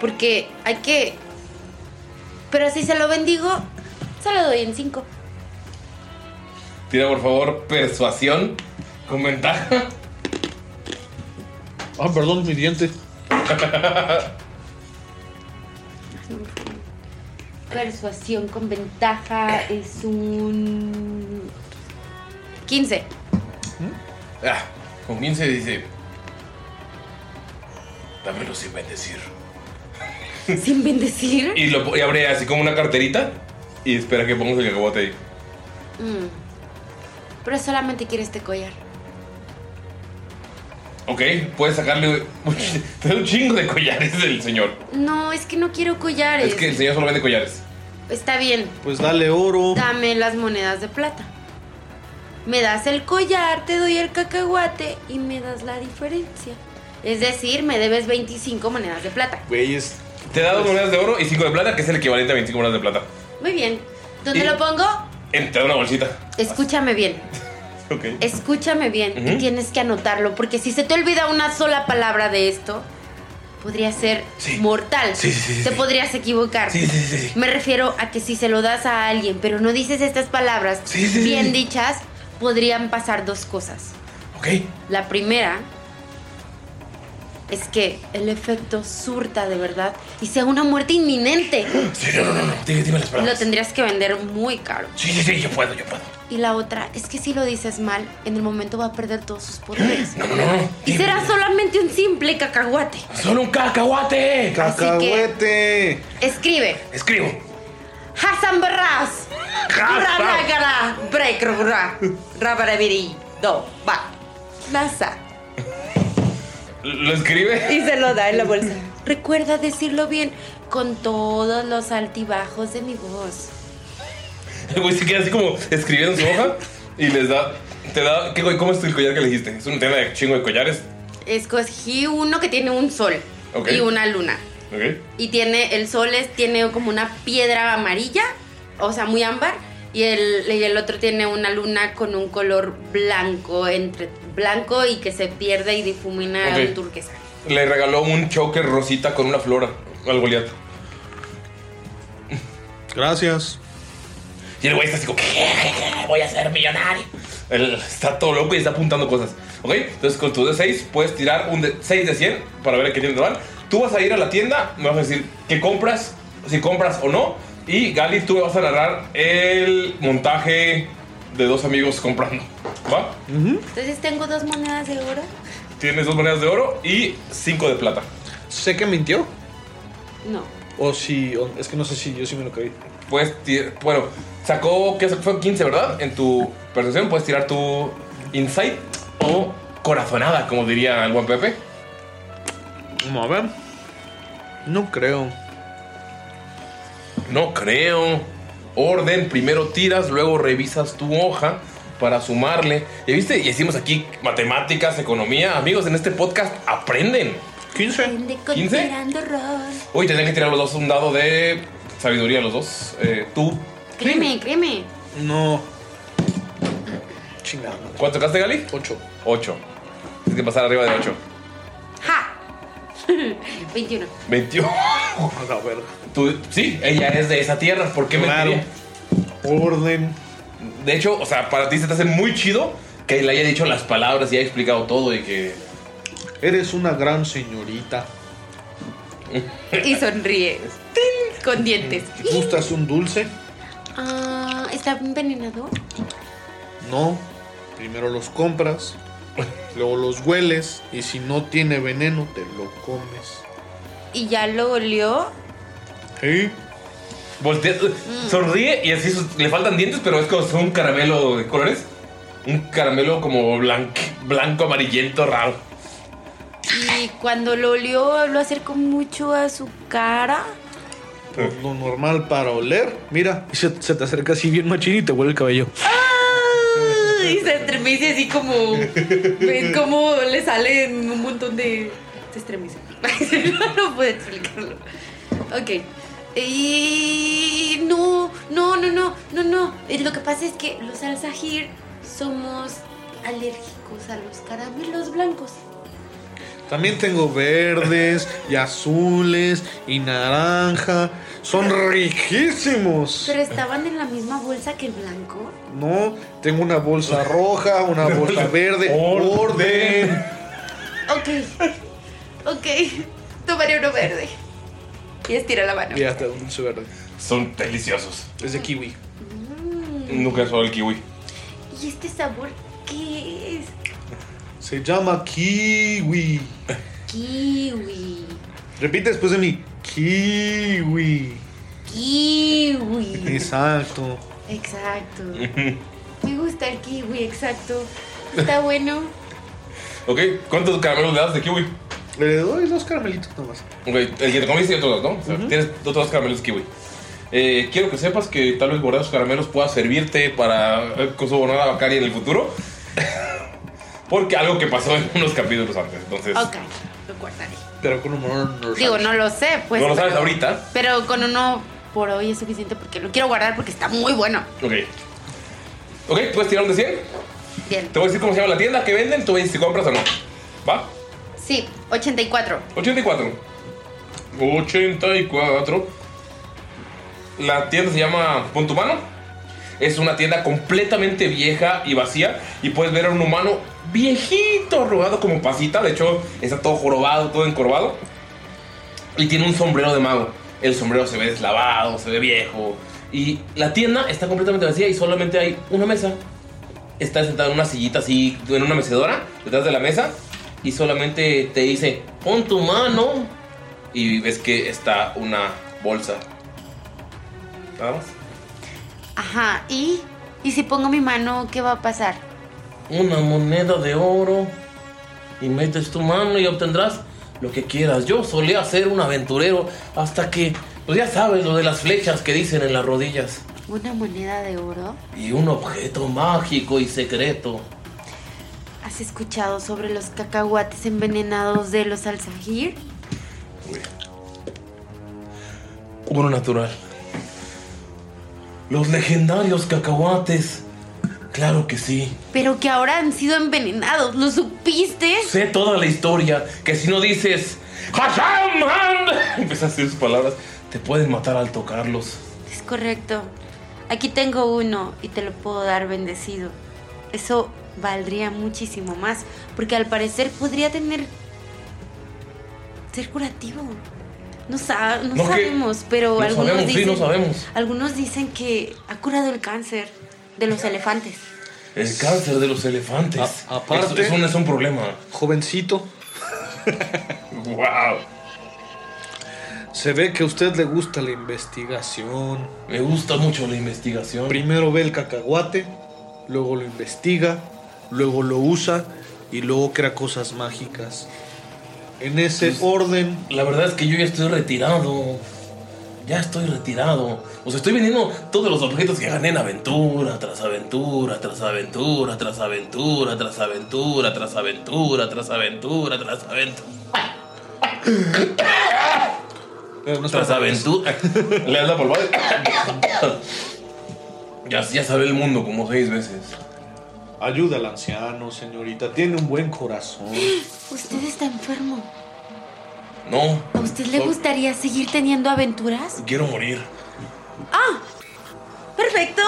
D: Porque hay que... Pero si se lo bendigo, se lo doy en 5.
B: Tira por favor persuasión con ventaja.
C: Ah, perdón, mi diente.
D: Persuasión con ventaja es un... 15.
B: Ah, con 15 dice. Dámelo sin bendecir.
D: Sin bendecir.
B: Y, lo, po- y abre así como una carterita y espera que pongamos el cacahuate ahí.
D: Mm. Pero solamente quiere este collar.
B: Ok, puedes sacarle. Te da un chingo de collares del señor.
D: No, es que no quiero collares.
B: Es que el señor solo vende collares.
D: Está bien,
C: Pues dale oro.
D: Dame las monedas de plata. Me das el collar, te doy el cacahuate y me das la diferencia. Es decir, me debes 25 monedas de plata.
C: Güey, es-
B: Te da dos
D: Pues.
B: monedas de oro y cinco de plata, que es el equivalente a 25 monedas de plata.
D: Muy bien. ¿Dónde
B: Y-
D: lo pongo?
B: En- Te da una bolsita.
D: Escúchame bien.
B: Ok.
D: Eh. Escúchame bien. y Tienes que anotarlo porque si se te olvida una sola palabra de esto, podría ser
B: Sí.
D: mortal.
B: Sí, sí, sí, sí,
D: Te
B: sí.
D: podrías equivocar.
B: Sí, sí, sí, sí.
D: Me refiero a que si se lo das a alguien, pero no dices estas palabras
B: Sí, sí, sí,
D: bien
B: sí.
D: dichas, podrían pasar dos cosas.
B: Ok.
D: La primera es que el efecto surta de verdad y sea una muerte inminente.
B: Sí, no, no, no, no. Dime, dime las
D: Lo
B: palabras.
D: tendrías que vender muy caro.
B: Sí, sí, sí, yo puedo, yo puedo.
D: Y la otra es que si lo dices mal, en el momento va a perder todos sus poderes.
B: No, no, no, no.
D: Y será solamente un simple cacahuate.
B: ¡Solo un cacahuate!
C: ¡Cacahuete!
D: Escribe.
B: Escribo.
D: Hassan Barras. Ra, ra, ga, ra, break, ru, ra, ra, ba, ra, bi, ri, do, ba. Nasa.
B: ¿Lo escribe?
D: Y se lo da en la bolsa. Recuerda decirlo bien con todos los altibajos de mi voz.
B: El güey se queda así como escribiendo en su hoja y les da. Te da. ¿Qué güey? ¿Cómo es el collar que le dijiste? Es un tema de chingo de collares.
D: Escogí uno que tiene un sol
B: Ok.
D: y una luna.
B: Ok.
D: Y tiene, el sol es, tiene como una piedra amarilla, o sea, muy ámbar. Y el, y el otro tiene una luna con un color blanco, entre blanco y que se pierde y difumina
B: Ok.
D: un turquesa.
B: Le regaló un choker rosita con una flora al Goliat.
C: Gracias.
B: Y el güey está así como, ¿qué? Voy a ser millonario. Él está todo loco y está apuntando cosas. ¿Ok? Entonces con tu D6 puedes tirar un de 6 de 100 para ver a qué tienda van. Tú vas a ir a la tienda, me vas a decir qué compras, si compras o no. Y Gali, tú me vas a narrar el montaje de dos amigos comprando. ¿Va?
D: Entonces tengo dos monedas de oro.
B: Tienes dos monedas de oro y cinco de plata.
C: Sé que mintió.
D: No.
C: O si. o- es que no sé si yo sí me lo caí.
B: Puedes tirar. Bueno, sacó. ¿Qué sacó? Fue 15, ¿verdad? En tu percepción puedes tirar tu insight o corazonada, como diría el buen Pepe.
C: Vamos a ver. No creo.
B: No creo. Orden, primero tiras, luego revisas tu hoja para sumarle. ¿Ya viste? Y hicimos aquí matemáticas, economía. Amigos, en este podcast aprenden.
C: 15.
B: ¿Quince? Uy, tendría que tirar los dos un dado de sabiduría, los dos. Eh, tú.
D: Créeme, créeme.
C: No. Chingada madre.
B: ¿Cuánto tocaste, Gali?
C: 8.
B: 8. Tienes que pasar arriba de 8.
D: ¡Ja! 21.
B: 21.
C: A la verga.
B: Tú- sí, ella es de esa tierra. ¿Por qué
C: Claro.
B: mentiría?
C: Orden.
B: De hecho, o sea, para ti se te hace muy chido que le haya dicho las palabras y haya explicado todo y que.
C: Eres una gran señorita.
D: Y sonríe. ¡Tin! Con dientes.
C: ¿Gustas un dulce?
D: Ah, ¿Está envenenador?
C: No. Primero los compras, luego los hueles y si no tiene veneno te lo comes.
D: Y ya lo olió.
C: ¿Sí?
B: Voltea, sonríe y así sus- le faltan dientes, pero es como si fuera un caramelo de colores. Un caramelo como blanco, blanco amarillento raro.
D: Y cuando lo olió, lo acercó mucho a su cara.
C: Pues lo normal para oler. Mira, y se, se te acerca así bien machín y te huele el cabello.
D: ¡Ah! Y se estremece así como. ¿Ven cómo le salen un montón de. Se estremece. no puedo explicarlo. Ok. Y. No, no, no, no, no, no. Eh, Lo que pasa es que los al Sahir somos alérgicos a los caramelos blancos.
C: También tengo verdes y azules y naranja. Son riquísimos.
D: Pero estaban en la misma bolsa que el blanco.
C: No, tengo una bolsa roja, una bolsa verde. Orden.
D: Ok. Ok. Tomaré uno verde. Y estira la mano.
C: Y hasta un dulce verde.
B: Son deliciosos.
C: Es de kiwi.
B: Nunca he probado el kiwi.
D: ¿Y este sabor qué es?
C: Se llama kiwi.
D: Kiwi.
C: Repite después de mí. Kiwi.
D: Kiwi.
C: Exacto.
D: Exacto. Me gusta el kiwi, exacto. Está bueno.
B: Ok, ¿cuántos caramelos le das de kiwi?
C: Le doy dos caramelitos nomás.
B: Ok, el que te comiste y otros dos, ¿no? O sea, Tienes otros dos caramelos kiwi. Eh, quiero que sepas que tal vez guardar esos caramelos pueda servirte para eh, sobornar a Bacari en el futuro. Porque algo que pasó en unos capítulos antes. Entonces,
D: Ok, lo guardaré.
C: Pero con humor no lo
D: Digo,
C: sabes.
D: no lo sé, pues.
B: no lo sabes
D: pero-
B: ahorita.
D: Pero con uno por hoy es suficiente porque lo quiero guardar porque está muy bueno.
B: Ok. Ok, puedes tirar un de 100.
D: Bien.
B: Te voy a decir cómo se llama la tienda que venden, tú me dices si compras o no. ¿Va?
D: Sí, 84.
B: 84. 84. La tienda se llama Punto Humano. Es una tienda completamente vieja y vacía. Y puedes ver a un humano viejito, arrugado como pasita. De hecho, está todo jorobado, todo encorvado. Y tiene un sombrero de mago. El sombrero se ve deslavado, se ve viejo. Y la tienda está completamente vacía y solamente hay una mesa está sentado en una sillita así, en una mecedora, detrás de la mesa, y solamente te dice, pon tu mano, y ves que está una bolsa. Nada más.
D: Ajá, ¿y? ¿Y si pongo mi mano, qué va a pasar?
B: Una moneda de oro, y metes tu mano y obtendrás lo que quieras. Yo solía ser un aventurero hasta que, pues ya sabes, lo de las flechas que dicen en las rodillas.
D: ¿Una moneda de oro?
B: Y un objeto mágico y secreto.
D: ¿Has escuchado sobre los cacahuates envenenados de los alzajir?
B: Uno natural. Los legendarios cacahuates. Claro que sí.
D: Pero que ahora han sido envenenados, ¿lo supiste?
B: Sé toda la historia. Que si no dices. "Hasham hand", Empieza a decir sus palabras. Te pueden matar al tocarlos.
D: Es correcto. Aquí tengo uno y te lo puedo dar bendecido. Eso valdría muchísimo más, porque al parecer podría tener... ser curativo. No, sa- no
B: No, que-
D: sabemos, pero
B: no
D: algunos
B: sabemos, sí,
D: dicen...
B: no sabemos.
D: Algunos dicen que ha curado el cáncer de los elefantes.
B: El cáncer de los elefantes.
C: A- aparte-
B: Eso, eso no es un problema.
C: Jovencito,
B: ¡Wow!
C: se ve que a usted le gusta la investigación.
B: Me gusta mucho la investigación.
C: Primero ve el cacahuate, luego lo investiga, luego lo usa y luego crea cosas mágicas. En ese orden,
B: La verdad es que yo ya estoy retirado. Ya estoy retirado. O sea, estoy vendiendo todos los objetos que gané en aventura, tras aventura, tras aventura, tras aventura, tras aventura, tras aventura, tras aventura, tras aventura.
C: eh, unas
B: Tras
C: palabras.
B: aventura. Le das la polvada. ya, ya sabe el mundo como seis veces.
C: ayuda al anciano, señorita. Tiene un buen corazón.
D: Usted está enfermo.
B: No,
D: ¿A usted le gustaría seguir teniendo aventuras?
B: quiero morir.
D: ¡Ah! Perfecto.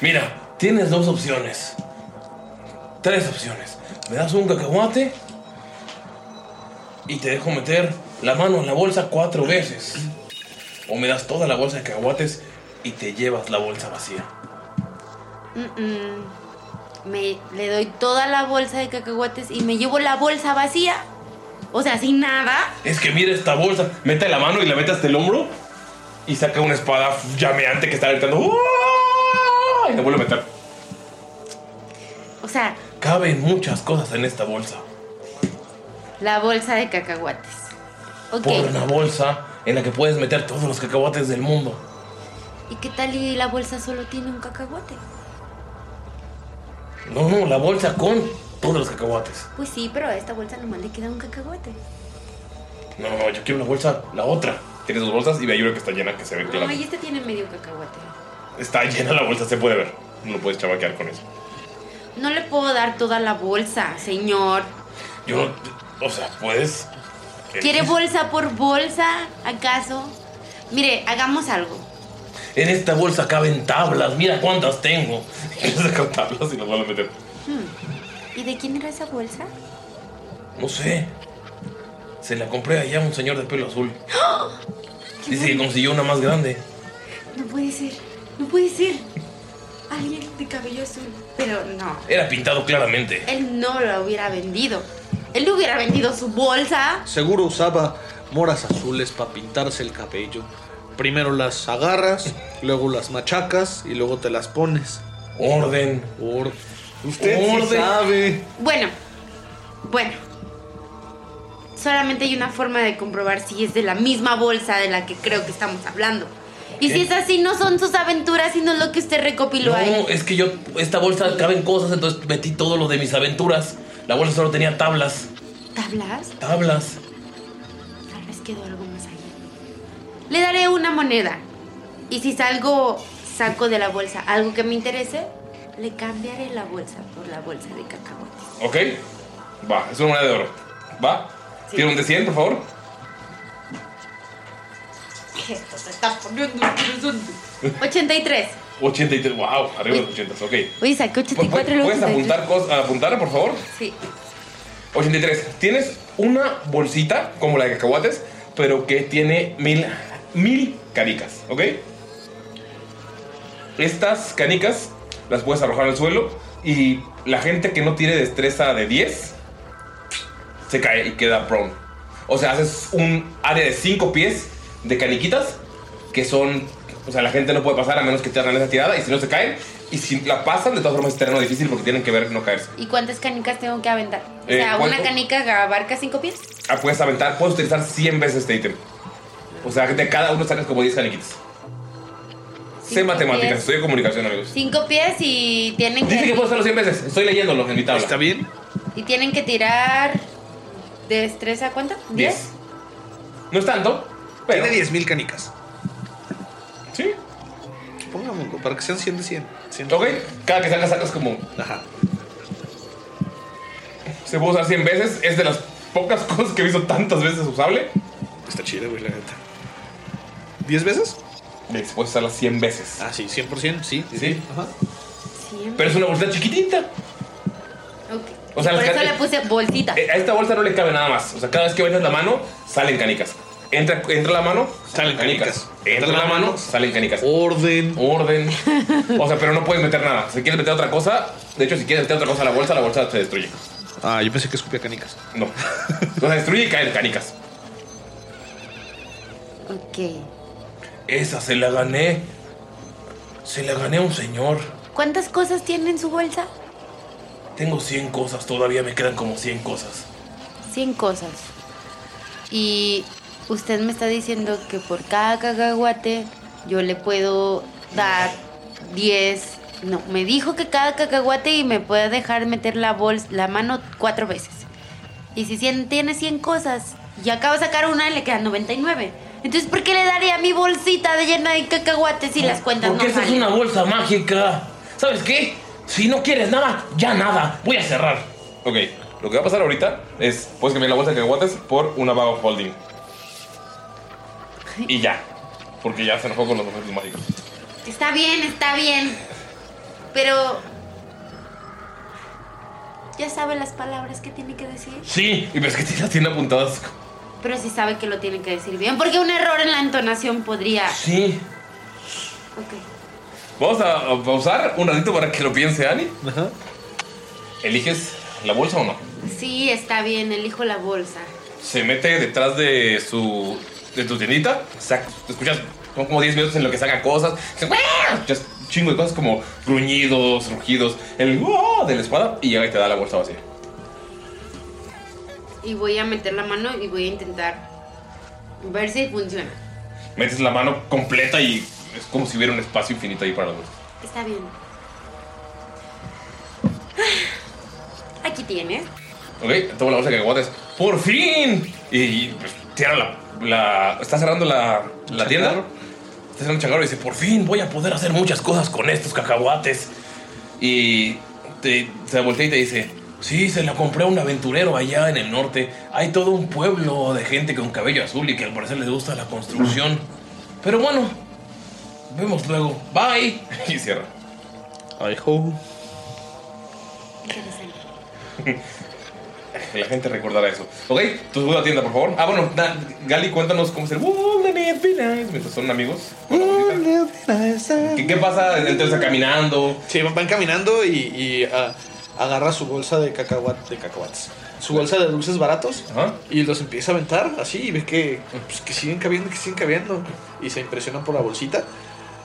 B: Mira, tienes dos opciones. Tres opciones. Me das un cacahuate y te dejo meter la mano en la bolsa cuatro veces. O me das toda la bolsa de cacahuates y te llevas la bolsa vacía.
D: Me, le doy toda la bolsa de cacahuates y me llevo la bolsa vacía. O sea, sin nada.
B: Es que mira esta bolsa. Mete la mano y la mete hasta el hombro y saca una espada llameante que está gritando. "¡Ah!", Y la vuelve a meter.
D: O sea,
B: Caben muchas cosas en esta bolsa.
D: la bolsa de cacahuates. Ok.
B: Por una bolsa en la que puedes meter todos los cacahuates del mundo.
D: ¿Y qué tal y la bolsa solo tiene un cacahuate?
B: No, no, la bolsa con todos los cacahuates.
D: Pues sí, pero a esta bolsa nomás le queda un cacahuate.
B: No, no, yo quiero una bolsa, la otra. Tienes dos bolsas y ve hay una que está llena, que se ve
D: No,
B: claro.
D: y este tiene medio cacahuate.
B: Está llena la bolsa, se puede ver. No puedes chavaquear con eso.
D: No le puedo dar toda la bolsa, señor.
B: Yo no, o sea, puedes.
D: ¿Quiere bolsa por bolsa, acaso? Mire, hagamos algo.
B: En esta bolsa caben tablas, mira cuántas tengo. Y le sacan tablas y las van a meter.
D: ¿Y de quién era esa bolsa?
B: No sé. Se la compré allá a un señor de pelo azul. Dice que consiguió una más grande.
D: No puede ser, no puede ser. Alguien de cabello azul. Pero no,
B: Era pintado claramente.
D: él no la hubiera vendido. Él le hubiera vendido su bolsa.
C: Seguro usaba moras azules para pintarse el cabello. Primero las agarras, luego las machacas y luego te las pones.
B: Orden.
C: Or- Usted sí
B: Orden.
C: sabe.
D: Bueno, bueno. Solamente hay una forma de comprobar si es de la misma bolsa de la que creo que estamos hablando. Y si
B: ¿Qué?
D: es así, no son sus aventuras, sino lo que usted recopiló ahí.
B: No, es que yo, esta bolsa caben cosas, entonces metí todo lo de mis aventuras. La bolsa solo tenía tablas.
D: ¿Tablas?
B: Tablas.
D: Tal vez quedó algo más allá. Le daré una moneda. Y si salgo, saco de la bolsa algo que me interese, le cambiaré la bolsa por la bolsa de cacahuates.
B: Ok. Va, es una moneda de oro. Va.
D: Sí.
B: Tiene un de 100, por favor.
D: Esto se está poniendo interesante. 83.
B: 83, wow, arriba de los 80, ok.
D: Oye, saqué
B: Pu-
D: 84 y
B: pu-
D: luego
B: ¿Puedes
D: 83.
B: apuntar cos- apuntar, por favor?
D: Sí.
B: 83. Tienes una bolsita, como la de cacahuates, pero que tiene mil, mil canicas, ¿ok? Estas canicas las puedes arrojar al suelo y la gente que no tiene destreza de 10 se cae y queda prone. O sea, haces un área de 5 pies de caniquitas que son. O sea, la gente no puede pasar a menos que te hagan esa tirada y si no se caen. Y si la pasan, de todas formas es terreno difícil porque tienen que ver no caerse.
D: ¿Y cuántas canicas tengo que aventar? O
B: Eh,
D: sea, una
B: ¿cuánto?
D: canica abarca 5 pies.
B: Ah, puedes aventar, puedes utilizar 100 veces este ítem. O sea, de cada uno sacas como 10 caniquitas. Sé
D: Cinco,
B: matemáticas,
D: diez.
B: estoy de comunicación, amigos.
D: 5 pies y tienen
B: Dice que
D: que,
B: puedo hacerlo 100 veces, estoy leyéndolo en mi tabla.
C: ¿Está bien?
D: y tienen que tirar destreza cuánto?
B: 10. No es tanto, pero.
C: Tiene 10.000 canicas.
B: Sí.
C: Póngame, para que sean 100 de 100. 100.
B: Ok, cada que sacas, sacas como.
C: Ajá.
B: Se puede usar 100 veces, es de las pocas cosas que he visto tantas veces usable.
C: Está chido, güey, la neta. ¿10 veces?
B: Puedes usarla 100 veces.
C: Ah, sí, 100%, sí.
B: Sí.
C: Ajá.
D: Siempre.
B: Pero es una bolsita chiquitita. O sea,
D: Por
B: las
D: eso
B: can-
D: le puse bolsita.
B: Eh, A esta bolsa no le cabe nada más. O sea, cada vez que metes la mano, salen canicas. Entra, entra la mano,
C: Salen canicas.
B: Entra la mano, salen canicas.
C: Orden.
B: Orden. O sea, pero no puedes meter nada. Si quieres meter otra cosa, de hecho, si quieres meter otra cosa a la bolsa, la bolsa se destruye.
C: Ah, yo pensé que escupía canicas.
B: No. O sea, destruye y caen canicas.
D: Ok.
B: Esa se la gané. Se la gané a un señor.
D: ¿Cuántas cosas tiene en su bolsa?
B: Tengo 100 cosas, todavía me quedan como 100 cosas.
D: 100 cosas. Y usted me está diciendo que por cada cacahuate yo le puedo dar 10. No, me dijo que cada cacahuate y me puede dejar meter la bolsa, la mano cuatro veces. Y si cien- tiene 100 cosas y acaba de sacar una y le quedan 99. Entonces, ¿por qué le daría mi bolsita de llena de cacahuates si las cuentas no
B: Porque esa es
D: salen?
B: una bolsa mágica. ¿Sabes qué? Si no quieres nada, ya nada. Voy a cerrar. Ok, lo que va a pasar ahorita es: puedes cambiar la bolsa de cacahuates por una bag of holding. Y ya. Porque ya se enojó con los objetos mágicos.
D: Está bien, está bien. Pero. Ya sabe las palabras que tiene que decir.
B: Sí, y ves que sí las tiene apuntadas.
D: Pero sí sabe que lo tiene que decir bien. Porque un error en la entonación podría.
B: Sí.
D: Ok.
B: Vamos a a pausar un ratito para que lo piense Ani.
C: Ajá.
B: ¿Eliges la bolsa o no?
D: Sí, está bien, elijo la bolsa.
B: Se mete detrás de su. de tu tiendita. Saca, escuchas son como 10 minutos en lo que saca cosas. se- Escuchas un chingo de cosas como gruñidos, rugidos, el ¡guau! de la espada y llega y te da la bolsa vacía.
D: Y voy a meter la mano y voy a intentar ver si funciona.
B: Metes la mano completa y es como si hubiera un espacio infinito ahí para la bolsa.
D: Está bien. Aquí tienes.
B: Ok, toma la bolsa que aguantes. ¡Por fin! Y, y, pues, cierra la, la- Está cerrando la, la tienda.
C: changarro.
B: Está cerrando el changarro y dice: Por fin voy a poder hacer muchas cosas con estos cacahuates. Y te, se voltea y te dice: Sí, se la compré a un aventurero allá en el norte. Hay todo un pueblo de gente con cabello azul y que al parecer les gusta la construcción. Pero bueno, vemos luego. Bye. Y cierra.
C: I hope.
D: Interesante.
B: Que la gente recordará eso. Ok, tu segunda tienda, por favor. Ah, bueno, na- Gali, cuéntanos cómo es el Wouldn't it be nice? Mientras son amigos. con la musiquita. ¿Qué, qué pasa? Entonces caminando.
C: Sí, van caminando y, y, ah, agarra su bolsa de, cacahuat, de cacahuates. Su bolsa de dulces baratos
B: Ajá.
C: y los empieza a aventar así y ve que, pues, que siguen cabiendo, que siguen cabiendo. Y se impresiona por la bolsita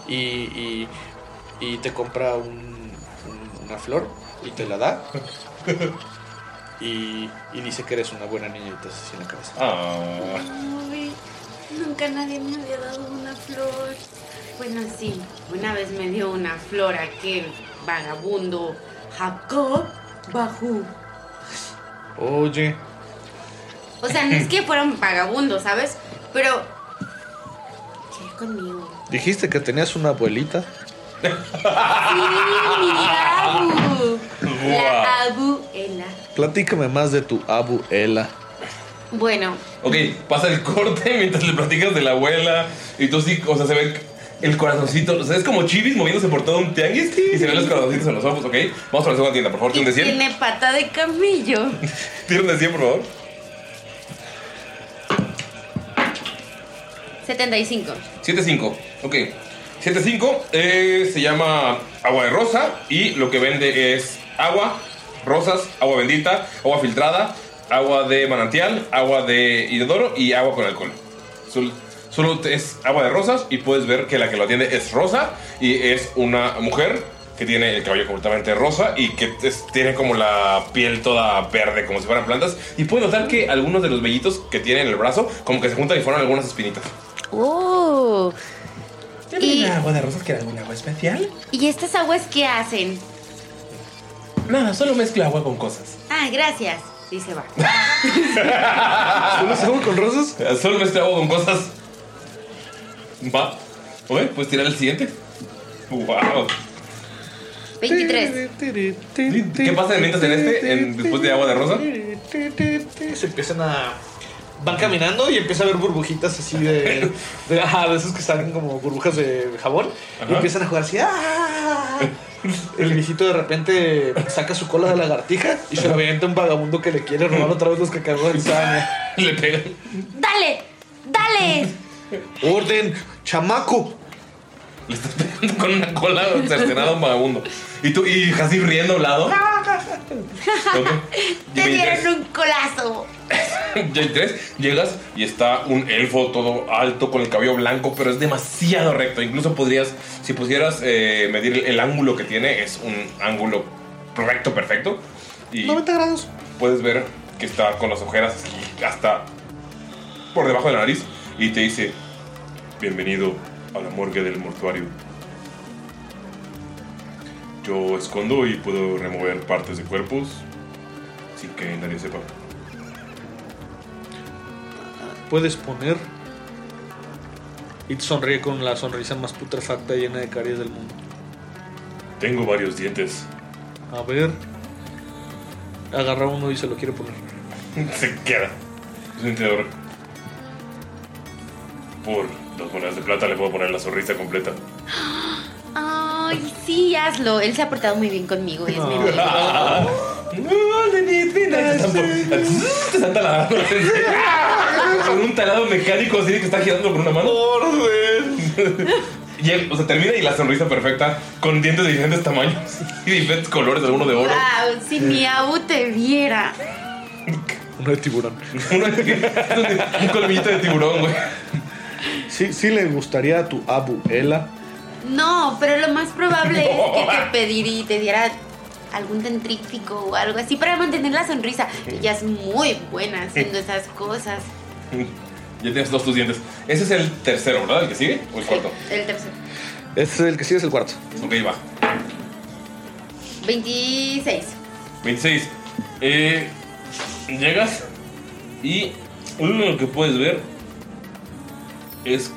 C: y, y, y te compra un- un- una flor y te la da. Y, y dice que eres una buena niña y te hace así en la cabeza.
B: Ah,
D: Ay, Nunca nadie me había dado una flor. Bueno, sí, una vez me dio una flor aquel vagabundo Jacob Bajú.
C: Oye,
D: O sea, no es que fueron vagabundos, ¿sabes? Pero. ¿Qué conmigo?
C: dijiste que tenías una abuelita.
D: Sí, mi abu.
B: Guau.
D: La abuela.
C: Platícame más de tu abuela.
D: Bueno,
B: Ok, pasa el corte mientras le platicas de la abuela. Y tú sí, o sea, se ve el corazoncito. O sea, es como chivis moviéndose por todo un tianguis. Y se ven los corazoncitos en los ojos, ok. Vamos a la segunda tienda, por favor, tiene un de 100.
D: tiene pata de camello.
B: Tiene un de 100, por favor.
D: 75.
B: 7.5, ok. 7.5 eh, se llama agua de rosa y lo que vende es agua, rosas, agua bendita, agua filtrada, agua de manantial, agua de inodoro y agua con alcohol. Sol- Solo, te- es agua de rosas y puedes ver que la que lo atiende es rosa y es una mujer que tiene el cabello completamente rosa y que es- tiene como la piel toda verde como si fueran plantas y puedes notar que algunos de los vellitos que tiene en el brazo como que se juntan y forman algunas espinitas.
D: Oh. Y,
B: agua de rosas que era alguna agua especial?
D: ¿Y estas aguas qué hacen?
B: Nada, solo mezcla agua con cosas.
D: Ah, gracias. Y se va.
C: ¿Solo se hago con rosas?
B: Ah. Solo mezcla agua con cosas. Va. Ok, puedes tirar el siguiente. ¡Wow!
D: 23.
C: ¿Qué
B: pasa mientras en este, en- después de agua de rosa?
C: Se empiezan a. Van caminando y empieza a ver burbujitas así de. de ajá, de esos que salen como burbujas de jabón.
B: Ajá.
C: Y empiezan a jugar así. ¡ah! El viejito de repente saca su cola de lagartija y se la avienta a un vagabundo que le quiere robar otra vez los cacahuates. del Sania.
B: Le pegan.
D: ¡Dale! ¡Dale!
C: ¡Orden! ¡Chamaco!
B: Le estás pegando con una cola cercenada a un vagabundo. Y tú, y así riendo a un lado. Ok.
D: ¡Te
B: Veintitrés.
D: dieron un colazo!
B: Ya el 3, llegas y está un elfo todo alto con el cabello blanco, pero es demasiado recto. Incluso podrías, si pusieras eh, medir el, el ángulo que tiene, es un ángulo recto perfecto. Y
C: 90 grados.
B: puedes ver que está con las ojeras hasta por debajo de la nariz y te dice, bienvenido a la morgue del mortuario. Yo escondo y puedo remover partes de cuerpos sin que nadie sepa.
C: Puedes poner. Y sonríe con la sonrisa más putrefacta llena de caries del mundo.
B: Tengo varios dientes.
C: A ver. Agarra uno y se lo quiere poner.
B: Se queda. Es un tenedor. Por las monedas de plata le puedo poner la sonrisa completa.
D: Ay, sí, hazlo. Él se ha portado muy bien conmigo. y Es mi amigo.
B: Ah. Te están taladrando la gente. Con un talado mecánico así de que está girando con una mano. Y él, o sea, termina y la sonrisa perfecta con dientes de diferentes tamaños y diferentes colores, alguno de oro.
D: Wow, si mi abu te viera.
C: Uno de tiburón.
B: Uno de- un colmillito de tiburón, güey.
C: Sí, sí le gustaría a tu abuela.
D: No, pero lo más probable es que te pediría y te diera algún dentrífico o algo así para mantener la sonrisa. Ella es muy buena haciendo esas cosas.
B: Ya tienes dos tus dientes. Ese es el tercero, ¿verdad? El que sigue o el cuarto.
D: El tercero.
C: Este es el que sigue, es el cuarto.
B: Ok, va.
D: 26.
B: 26. Eh, llegas y lo único que puedes ver es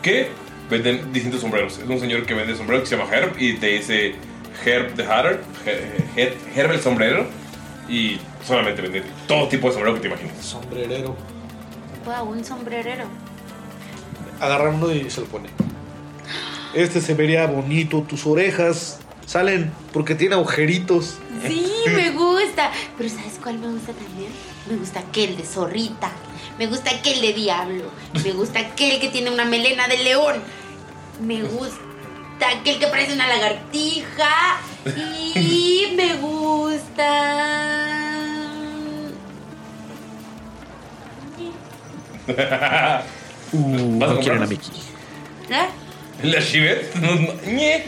B: que venden distintos sombreros. Es un señor que vende sombreros que se llama Herb y te dice Herb the Hatter, He- He- Herb el sombrero y solamente vende todo tipo de sombrero que te imagines.
C: Sombrerero.
D: Wow, un sombrerero.
C: Agarra uno y se lo pone. Este se vería bonito. Tus orejas salen porque tiene agujeritos.
D: Sí, me gusta. Pero ¿sabes cuál me gusta también? Me gusta aquel de zorrita. Me gusta aquel de diablo. Me gusta aquel que tiene una melena de león. Me gusta aquel que parece una lagartija. Y me gusta...
B: ¿Vas a
E: Uh, no quieren a
B: comprarlos?
E: Mickey.
D: ¿Ah?
B: La Shivet. Ñe.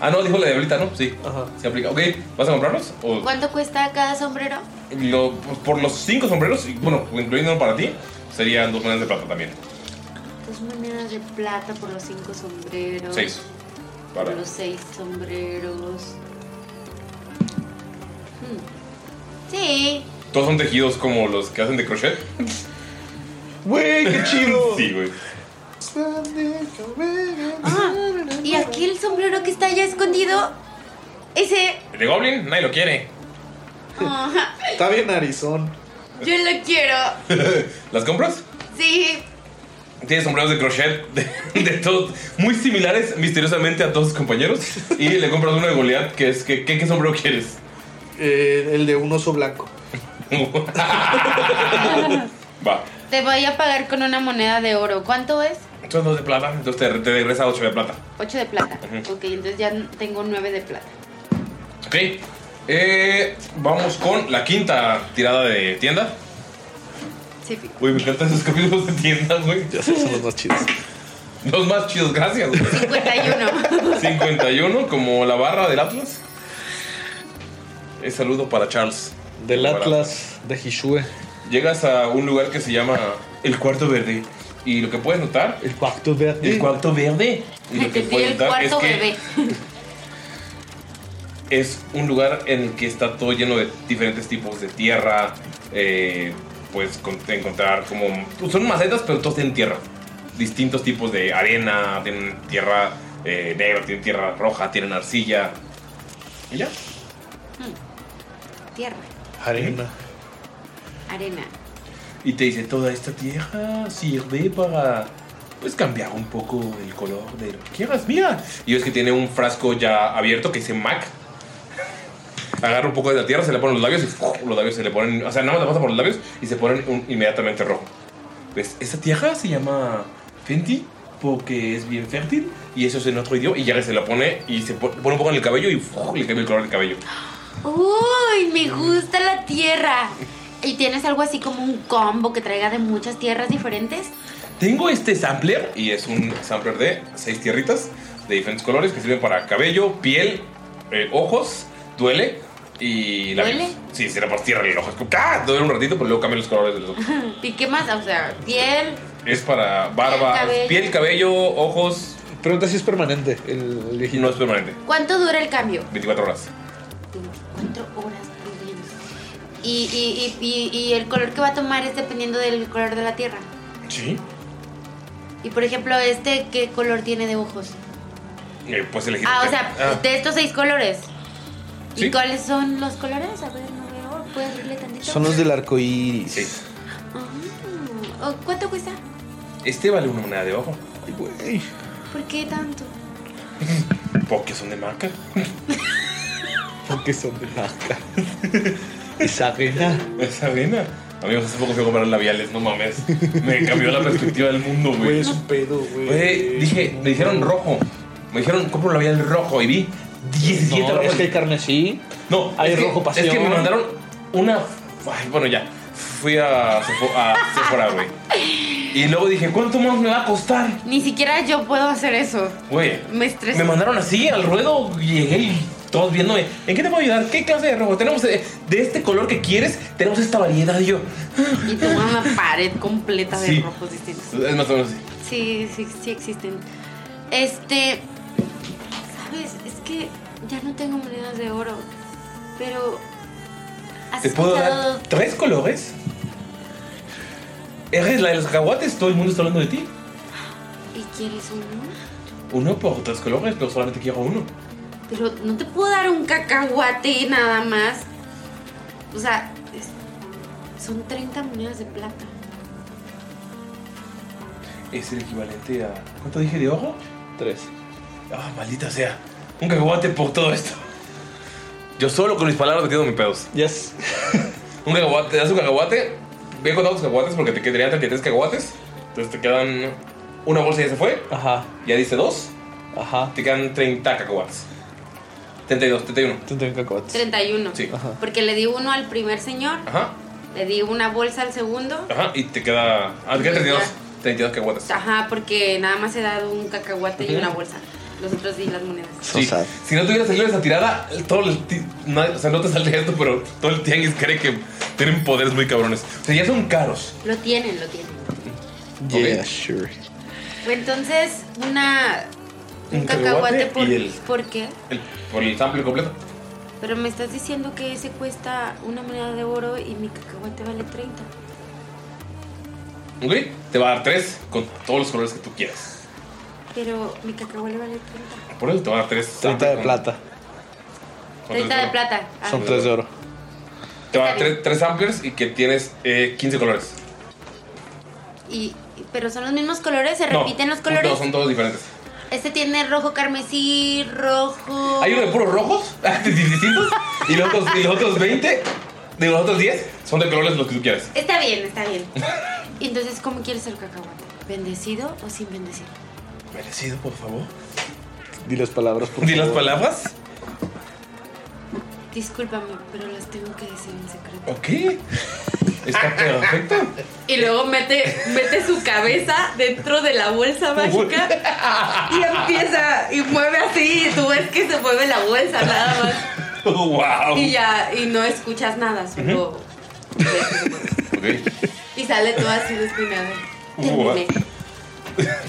B: ah, no, dijo la de ahorita, ¿no? Sí.
C: Ajá.
B: Se aplica. Ok, ¿vas a comprarlos? ¿O
D: ¿Cuánto cuesta cada sombrero?
B: Lo- por los cinco sombreros, y, bueno, incluyendo uno para ti, serían dos monedas de plata también.
D: Dos monedas de plata por los cinco
C: Ah.
D: sombreros.
B: Seis.
D: Por
B: Para.
D: los seis sombreros. Hmm. Sí.
B: Todos son tejidos como los que hacen de crochet.
C: ¡Güey, qué chido!
B: Sí, güey.
D: Ah, y aquí el sombrero que está allá escondido. Ese.
B: El de Goblin, nadie lo quiere.
D: Ah,
C: Está bien narizón.
D: Yo lo quiero.
B: ¿Las compras?
D: Sí.
B: Tiene sombreros de crochet de, de todos, muy similares misteriosamente a todos sus compañeros. Y le compras uno de Goliath, que es, que, que- ¿qué sombrero quieres?
C: Eh,
E: el de un oso blanco.
B: Va.
D: Te voy a pagar con una moneda de oro. ¿Cuánto es?
B: Son dos de plata, entonces te, te regresa ocho de plata.
D: 8 de plata.
B: Ujú.
D: Ok, entonces ya tengo 9 de plata.
B: Ok. Eh, vamos con la quinta tirada de tienda.
D: Sí, fijo.
B: Uy, me encantan esos capítulos de tiendas, güey. Ya
C: son los más chidos.
B: Los más chidos, gracias. güey.
D: 51.
B: 51, como la barra del Atlas. Es saludo para Charles.
C: Del
B: Para-
C: Atlas de Hishue.
B: Llegas a un lugar que se llama El Cuarto Verde. Y lo que puedes notar.
C: El Cuarto Verde.
B: El Cuarto Verde. Y lo que
D: Entendí
B: puedes
D: el
B: notar es
D: cuarto
B: que
D: bebé.
B: es un lugar en el que está todo lleno de diferentes tipos de tierra. eh, puedes con- encontrar como. pues, Son macetas, pero todos tienen tierra. Distintos tipos de arena, tienen tierra eh, negra, tienen tierra roja, tienen arcilla. Y ya.
D: Tierra,
C: Arena.
D: arena.
B: Y te dice, toda esta tierra sirve para, pues, cambiar un poco el color de lo que quieras, mira. Y es que tiene un frasco ya abierto que dice Mac. Agarra un poco de la tierra, se le ponen los labios y ¡fuf! los labios se le ponen, o sea, nada más le pasa por los labios y se ponen un- inmediatamente rojo. ¿Ves? Esta tierra se llama Fenty porque es bien fértil y eso es en otro idioma y ya se la pone y se po- pone un poco en el cabello y ¡fuf! le cambia el color del cabello.
D: Uy, me gusta la tierra. ¿Y tienes algo así como un combo que traiga de muchas tierras diferentes?
B: Tengo este sampler y es un sampler de seis tierritas de diferentes colores que sirven para cabello, piel, eh, ojos, duele y labios.
D: ¿Duele?
B: Sí, será para tierra y el ojo. Es como, ¡ah! Duele un ratito, pero luego cambian los colores de los ojos.
D: ¿Y qué más? O sea, piel.
B: es para barba,
D: Cabello.
B: piel, cabello, ojos.
C: Pregunta si es permanente el el viejito.
B: No es permanente.
D: ¿Cuánto dura el cambio?
B: 24 horas.
D: Cuatro horas muy bien. Y, y, y, y, y el color que va a tomar es dependiendo del color de la tierra.
B: Sí.
D: Y por ejemplo, este, ¿qué color tiene de ojos?
B: pues elegir.
D: Ah, o sea,
B: Ah,
D: de estos seis colores. ¿Y
B: Sí.
D: cuáles son los colores? A ver, no veo. ¿Puedes abrirle tantito?
E: Son los del arco iris.
B: sí.
D: Ah, ¿Cuánto cuesta?
B: Este vale una moneda de ojo.
E: Ay, güey.
D: ¿Por qué tanto?
B: Porque son de marca.
C: Porque son de marca. es arena.
B: Esa arena. Amigos, hace poco fui a comprar labiales, no mames. Me cambió la perspectiva del mundo,
E: Güey,
B: güey.
E: es un pedo, güey.
B: Güey, dije, me dijeron rojo. Me dijeron, compro un labial rojo y vi 17
C: No,
B: rojos.
C: es que hay carmesí.
B: no,
C: hay
B: es que-
C: rojo pasión.
B: Es que me mandaron una. ay, bueno, ya. Fui a, Sefo- a Sephora, güey. Y luego dije, ¿cuánto más me va a costar?
D: Ni siquiera yo puedo hacer eso.
B: Güey,
D: Me estresó.
B: me mandaron así al ruedo. Llegué y todos viéndome. ¿En qué te puedo ayudar? ¿Qué clase de rojo? Tenemos eh, de este color que quieres, tenemos esta variedad. Y yo,
D: Y tengo una pared completa de
B: Sí.
D: rojos distintos.
B: es más o menos así.
D: Sí, sí, sí existen. Este. ¿Sabes? Es que ya no tengo monedas de oro. Pero. ¿Has
B: Te puedo
D: escuchado-
B: dar tres colores. Eres la de los cacahuates, todo el mundo está hablando de ti.
D: ¿Y quieres uno?
B: Uno por tres colores, pero solamente quiero uno.
D: Pero no te puedo dar un cacahuate nada más. O sea, es- son 30 monedas de plata.
B: Es el equivalente a. ¿Cuánto dije de ojo?
C: Tres.
B: Ah, maldita sea. Un cacahuate por todo esto. Yo solo con mis palabras metiendo mis pedos.
C: Yes.
B: Un cacahuate, te das un cacahuate. Ve con todos los cacahuates porque te quedarían 33 cacahuates. Entonces te quedan. Una bolsa ya se fue.
C: Ajá.
B: Ya dice dos.
C: Ajá.
B: Te quedan 30 cacahuates. 32, 31.
C: Tú tengo cacahuates.
D: 31.
B: Sí. Ajá.
D: Porque le di uno al primer señor,
B: Ajá.
D: le di una bolsa al segundo.
B: Ajá, y te queda. Ah, te queda 32. 32 cacahuates.
D: Ajá, porque nada más he dado un cacahuate y una bolsa. Los otros di las monedas.
E: So
B: Sí.
E: sad.
B: Si no tuviera salido esa tirada, todo el ti- no, o sea, no te saldría esto, pero todo el tianguis cree que tienen poderes muy cabrones. O sea, ya son caros.
D: Lo tienen, lo tienen.
E: Yeah,
B: Ok.
E: sure.
D: Entonces, una. Un,
B: Un
D: cacahuate,
B: cacahuate
D: por,
B: y el-
D: ¿por qué?
B: El- por el sample completo.
D: Pero me estás diciendo que ese cuesta una moneda de oro y mi cacahuate vale 30.
B: Ok, te va a dar 3 con todos los colores que tú quieras.
D: Pero mi cacahuate vale 30.
B: Por eso te va a dar 3.
C: 30 de plata.
D: Treinta de plata. Ah,
C: Son tres de oro.
B: Te va a 3 amplios y que tienes eh, 15 colores.
D: Y, pero son los mismos colores, se
B: No,
D: repiten los colores.
B: No, son todos diferentes.
D: Este tiene rojo carmesí, rojo.
B: Hay uno de puros rojos, de distintos, y los otros, y los otros 20, de los otros 10, son de colores los que tú quieras.
D: Está bien, está bien. Entonces, ¿cómo quieres el cacahuate? ¿Bendecido o sin bendecido?
B: Merecido, por favor.
C: Di las palabras, por
B: Di las
C: favor.
B: palabras.
D: Discúlpame, pero las tengo que decir en secreto.
B: Ok. Está perfecto.
D: Y luego mete, mete su cabeza dentro de la bolsa mágica y empieza y mueve así. Y tú ves que se mueve la bolsa nada más.
B: ¡Wow!
D: Y ya, y no escuchas nada, solo.
B: Ok.
D: Y sale todo así despeinado.
B: Wow.
D: Terminé.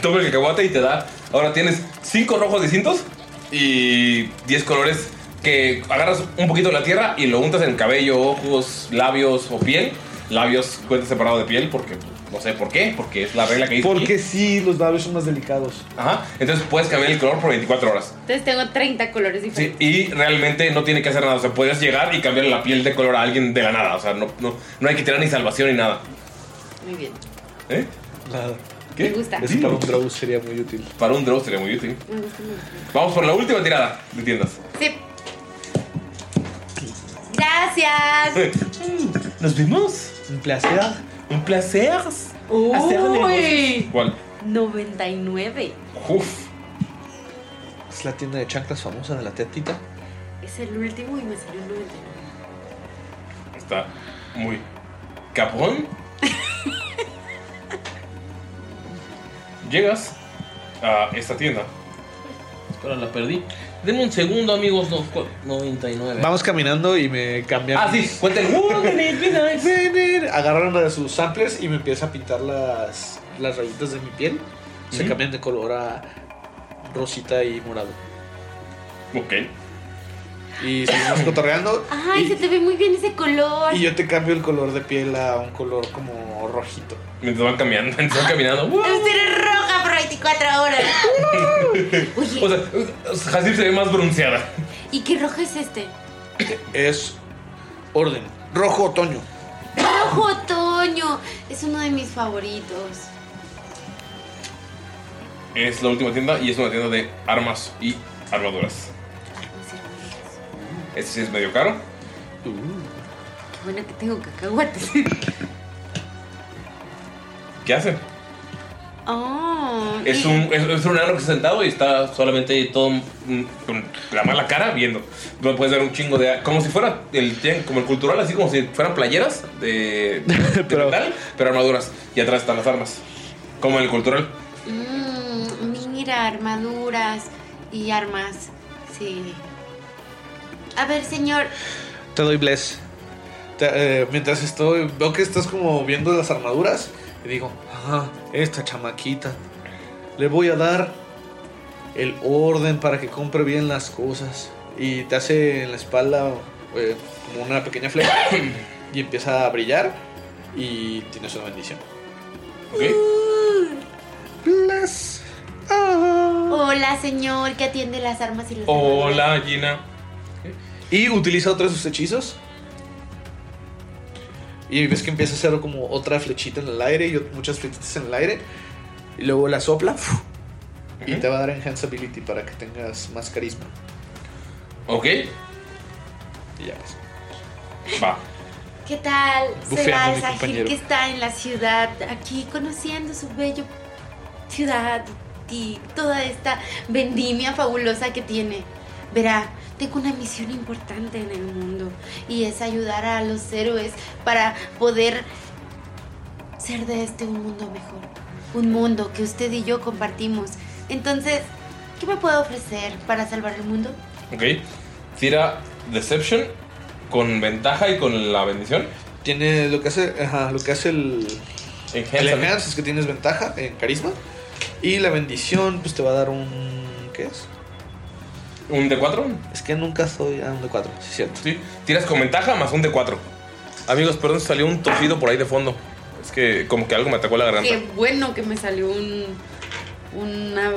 B: Toma el cacahuate y te da. Ahora tienes 5 rojos distintos y 10 colores que agarras un poquito de la tierra y lo untas en el cabello, ojos, labios o piel. Labios cuenta separado de piel porque no sé por qué, porque es la regla que dice.
E: Porque
B: aquí.
E: sí, los labios son más delicados.
B: Ajá. Entonces puedes cambiar el color por 24 horas.
D: Entonces tengo 30 colores
B: Sí,
D: diferentes.
B: y realmente no tiene que hacer nada. O sea, podrías llegar y cambiarle la piel de color a alguien de la nada. O sea, no, no, no hay que tirar ni salvación ni nada.
D: Muy bien.
B: ¿Eh?
C: Nada.
B: ¿Qué?
D: Me gusta.
C: Eso para un draw sería muy útil.
B: Para un draw sería muy útil.
D: Me gusta mucho.
B: Vamos por la última tirada de tiendas.
D: Sí. Gracias.
B: Nos vimos.
C: Un placer.
B: Un placer.
D: Uy.
B: ¿Cuál?
D: 99.
B: Uf.
C: Es la tienda de chanclas famosa de la tetita.
D: Es el último y me salió el 99.
B: Está muy cabrón. Llegas a esta tienda. Espera, la perdí. Denme un segundo, amigos. No, cu- 99.
C: Vamos caminando y me cambian.
B: Ah, sí, cuenta el. Wouldn't it be nice?
C: Agarran una de sus samplers y me empieza a pintar las, las rayitas de mi piel. Se
B: Ujú.
C: cambian de color a rosita y morado.
B: Ok.
C: Y seguimos cotorreando.
D: Ay,
C: y,
D: se te ve muy bien ese color.
C: y yo te cambio el color de piel a un color como rojito.
B: Mientras van caminando, mientras van caminando. ¡wow!
D: Eres roja por 24 horas. Oye,
B: O sea, Hasib se ve más bronceada.
D: ¿y qué rojo es este?
C: Es orden. Rojo otoño.
D: Rojo otoño. Es uno de mis favoritos.
B: Es la última tienda y es una tienda de armas y armaduras. Este sí es medio caro.
D: Qué bueno que tengo cacahuates.
B: ¿Qué hace?
D: Oh,
B: Es
D: y-
B: un, es, es un enano que está sentado y está solamente todo mm, con la mala cara viendo. No puedes ver un chingo de. Como si fuera el tien- como el cultural, así como si fueran playeras de, de metal, pero armaduras. Y atrás están las armas. Como en el cultural.
D: Mm, mira, armaduras y armas. Sí. A ver, señor.
C: Te doy bless. Te- eh, mientras estoy, veo que estás como viendo las armaduras. Y digo, ajá, esta chamaquita. Le voy a dar el orden para que compre bien las cosas. Y te hace en la espalda eh, como una pequeña flecha. y empieza a brillar. Y tienes una bendición.
B: ¿Ok?
C: Bless. Ah.
D: Hola, señor, que atiende las armas y las armaduras.
B: Hola, Gina.
C: Y utiliza otro de sus hechizos. Y ves que empieza a hacer como otra flechita en el aire y ot- muchas flechitas en el aire. Y luego la sopla. ¡fuf! Y te va a dar Enhance Ability para que tengas más carisma.
B: ¿Ok?
C: Y ya ves.
B: Va.
D: ¿Qué tal? Soy
C: Bufeando a mi
D: Alsa Gil,
C: compañero.
D: que está en la ciudad, aquí conociendo su bello ciudad y toda esta vendimia fabulosa que tiene. Verá, tengo una misión importante en el mundo y es ayudar a los héroes para poder ser de este un mundo mejor. Un mundo que usted y yo compartimos. Entonces, ¿qué me puede ofrecer para salvar el mundo?
B: ¿Ok? Tira Deception con ventaja y con la bendición.
C: Tiene lo que hace, ajá, lo que hace el, el
B: Enhance.
C: Enhance es que tienes ventaja en carisma. Y la bendición, pues te va a dar un. ¿Qué es?
B: ¿Un D4?
C: Es que nunca soy a un de 4, sí, es cierto.
B: Sí. Tiras con ventaja más un D4. Amigos, perdón, salió un tosido por ahí de fondo. Es que como que algo me atacó la garganta.
D: Qué bueno que me salió un... Una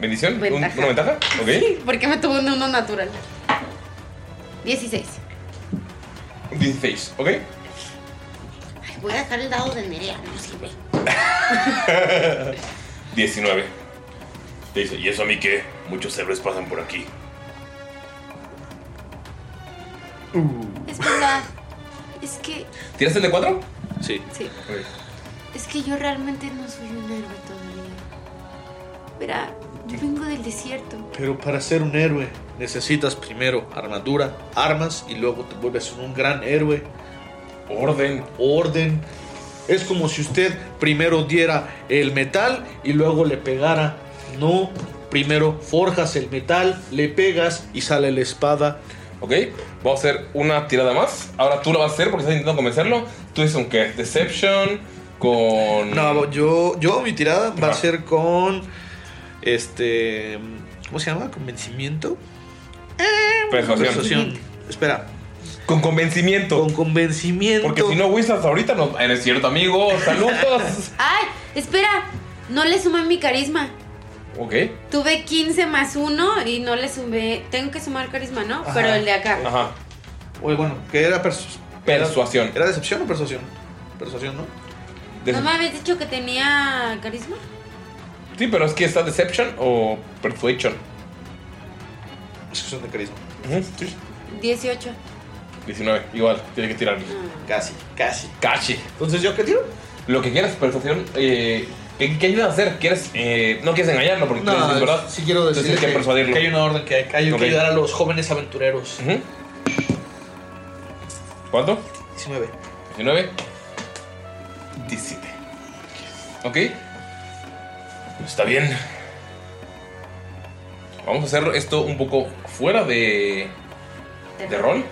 B: ¿Bendición? ¿Un-
D: Ventaja.
B: ¿Una ventaja? Ok.
D: ¿Por qué me tomé un uno natural? 16.
B: Bean Face, ¿ok?
F: Ay, voy a dejar el dado de Nerea, no sirve.
B: 19. Te dice, ¿y eso a mí qué? Muchos héroes pasan por aquí.
D: Es verdad. Es que,
B: ¿Tiraste el de 4?
C: Sí.
D: sí. Es que yo realmente no soy un héroe todavía. Verá, yo vengo del desierto.
C: Pero para ser un héroe necesitas primero armadura, armas y luego te vuelves un gran héroe.
B: Orden.
C: Orden. Es como si usted primero diera el metal y luego le pegara. No, primero forjas el metal, le pegas y sale la espada.
B: Ok, vamos a hacer una tirada más. Ahora tú la vas a hacer porque estás intentando convencerlo. Tú dices, ¿qué? Deception con.
C: No, yo, yo mi tirada va
B: Ah.
C: a ser con este, ¿cómo se llama? Convencimiento.
B: Persuasión.
C: Persuasión. Espera.
B: Con convencimiento.
C: Con convencimiento.
B: Porque si no, Wizards ahorita no. Eres cierto, amigo. Saludos.
D: ¡Ay! Espera, no le sumé mi carisma.
B: ok.
D: Tuve 15 más 1 y no le sumé. Tengo que sumar carisma, ¿no? Pero el de acá.
B: Ajá.
C: Oye, bueno, ¿qué era persu-
B: Persuasión.
C: ¿Era decepción o persuasión? Persuasión, ¿no?
B: Des-
D: ¿No me habías dicho que tenía carisma?
B: Sí, pero es que está Deception o Persuasion.
C: Es que son de carisma.
B: Ujú, sí.
D: 18.
B: 19. Igual, tiene que tirar.
C: Casi, casi.
B: Cachi.
C: Entonces, ¿yo qué tiro?
B: Lo que quieras, persuasión. Eh, ¿qué, ¿Qué ayuda a hacer? ¿Quieres, eh, no quieres engañarlo porque tú dices, ¿verdad?
C: sí quiero
B: Entonces
C: decir
B: tienes que persuadirlo.
C: hay una orden, que hay, que hay
B: Ok.
C: que ayudar a los jóvenes aventureros.
B: Ujú. ¿Cuánto?
C: 19.
B: 19. 17. Ok. Está bien. Vamos a hacer esto un poco fuera de. de rol.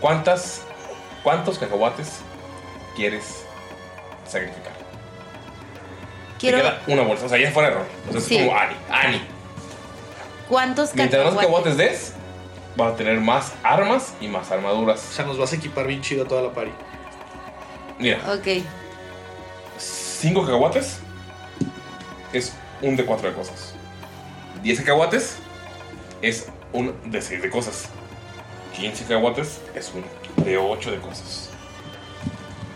B: ¿Cuántas. cuántos cacahuates quieres sacrificar?
D: Quiero.
B: Te queda una bolsa, o sea, ya fuera de rol. Entonces
D: Sí.
B: es como Ani. Ani.
D: ¿Cuántos
B: Mientras más
D: cacahuates?
B: cacahuates des, vas a tener más armas y más
C: O
B: armaduras.
C: sea, nos vas a equipar bien chido a toda la party.
B: Mira,
D: Ok.
B: 5 cacahuates es un de 4 de cosas. 10 cacahuates es un de 6 de cosas. 15 cacahuates es un de 8 de cosas.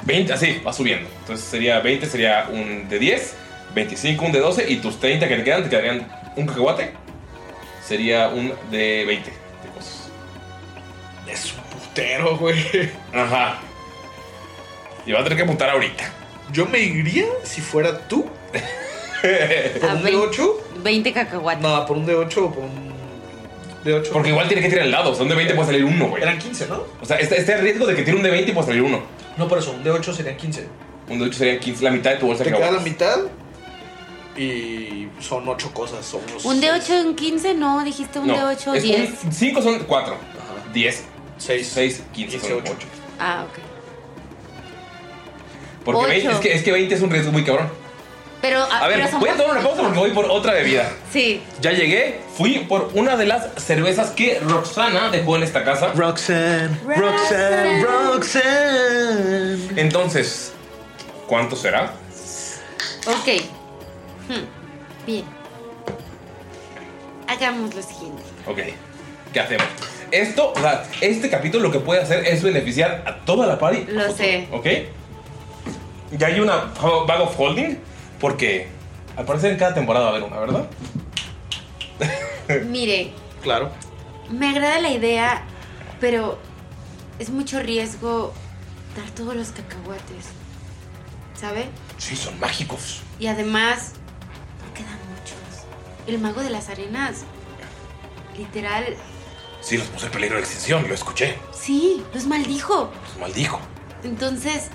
B: 20, así, va subiendo. Entonces sería 20, sería un de 10, 25, un de 12 y tus 30 que te quedan, te quedarían un cacahuate. Sería un de 20 de cosas.
C: Es un putero, güey.
B: Ajá. Y vas a tener que apuntar ahorita.
C: Yo me iría si fuera tú. ¿Por
D: A
C: un
D: vein-
C: D8?
D: 20 cacahuates.
C: No, por un D8 o por un D8.
B: Porque igual tiene que tirar el lado. O sea, un de 20 puede salir uno, güey.
C: Eran 15, ¿no?
B: O sea, está, está el riesgo de que tire un de 20 y puedes salir uno.
C: No, por eso, un D8 serían 15.
B: Un de 8 sería 15, la mitad de tu bolsa
C: Te
B: que
C: queda la
B: aguantas.
C: mitad y son 8 cosas. Son unos
D: ¿Un de 8 en 15? No, dijiste un
B: No,
D: de 8
B: es
D: 10.
B: 5 son 4.
C: Ajá.
B: 10,
C: 6,
B: 6, 15 son 8.
D: Ah, ok.
B: Porque
D: Ocho.
B: 20 es, que, es que 20 es un riesgo muy cabrón.
D: Pero,
B: A ver, voy a tomar una pausa porque voy por otra bebida.
D: Sí.
B: Ya llegué, fui por una de las cervezas que Roxana dejó en esta casa.
C: Roxanne, Roxanne, Roxanne.
B: Entonces, ¿cuánto será?
D: Ok. Hmm, Bien. Hagamos lo siguiente.
B: Ok, ¿qué hacemos? Esto, o sea, este capítulo lo que puede hacer es beneficiar a toda la party.
D: Lo
B: a futuro,
D: sé.
B: ¿Ok? Ya hay una bag of holding, porque al parecer en cada temporada va a haber una, ¿verdad?
D: Mire,
C: Claro.
D: me agrada la idea, pero es mucho riesgo dar todos los cacahuates. ¿Sabe?
B: Sí, son mágicos.
D: Y además, no quedan muchos. El mago de las arenas, literal,
B: Sí, los puse en peligro de extinción, lo escuché,
D: sí, los maldijo.
B: los maldijo.
D: Entonces,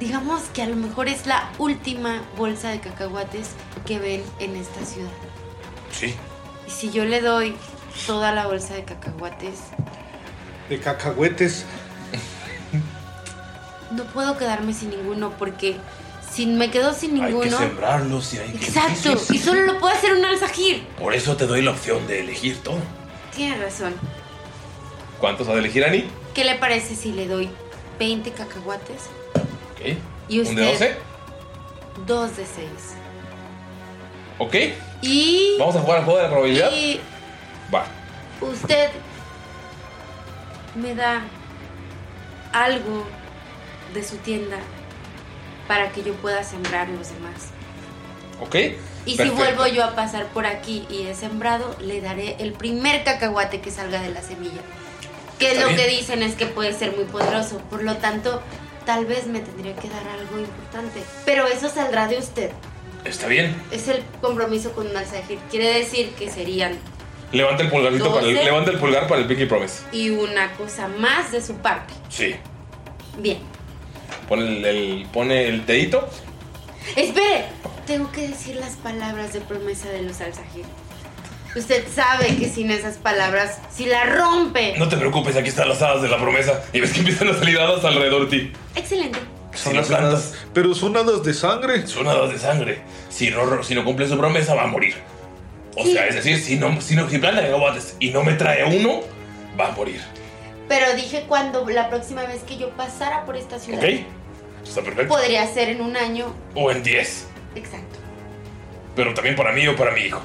D: digamos que a lo mejor es la última bolsa de cacahuates que ven en esta ciudad.
B: Sí.
D: Y si yo le doy toda la bolsa de cacahuates,
C: De cacahuetes.
D: no puedo quedarme sin ninguno porque si me quedo sin
B: Hay que
D: ninguno...
B: sembrarlos y hay que...
D: Exacto, y solo lo puedo hacer un alzajir.
B: Por eso te doy la opción de elegir todo.
D: Tienes razón.
B: ¿Cuántos has de elegir, Ani?
D: ¿Qué le parece si le doy 20 cacahuates?
B: Ok.
D: ¿Y
B: ¿Un de
D: usted?
B: 12?
D: Dos de seis.
B: Ok.
D: Y,
B: ¿Vamos a jugar al juego de la probabilidad?
D: y
B: Va.
D: usted me da algo de su tienda para que yo pueda sembrar los demás.
B: Ok.
D: Y si
B: perfecto.
D: vuelvo yo a pasar por aquí y he sembrado, le daré el primer cacahuate que salga de la semilla. Que
B: Está
D: lo
B: bien.
D: que dicen es que puede ser muy poderoso, por lo tanto, tal vez me tendría que dar algo importante. Pero eso saldrá de usted.
B: Está bien.
D: Es el compromiso con Malzahir. Quiere decir que serían
B: Levanta el pulgarcito para el,
D: Doce.
B: levanta el pulgar para el Pinky Promise.
D: y una cosa más de su parte.
B: Sí.
D: Bien.
B: Pone el, el- pone el dedito.
D: Espere, tengo que decir las palabras de promesa de los Alzahir. Usted sabe que sin esas palabras, si la rompe.
B: No te preocupes, aquí están las hadas de la promesa. Y ves que empiezan a salir hadas alrededor de ti.
D: Excelente.
B: Si no plantas.
C: Pero son hadas de sangre.
B: Son hadas de sangre. Si no, si no cumple su promesa, va a morir. O sea, es decir, si no, si no si planta cacahuates y no me trae uno, va a morir.
D: Pero dije cuando la próxima vez que yo pasara por esta ciudad.
B: ¿Ok? Está perfecto.
D: Podría ser en un año
B: O en 10.
D: exacto.
B: Pero también para mí o para mi hijo.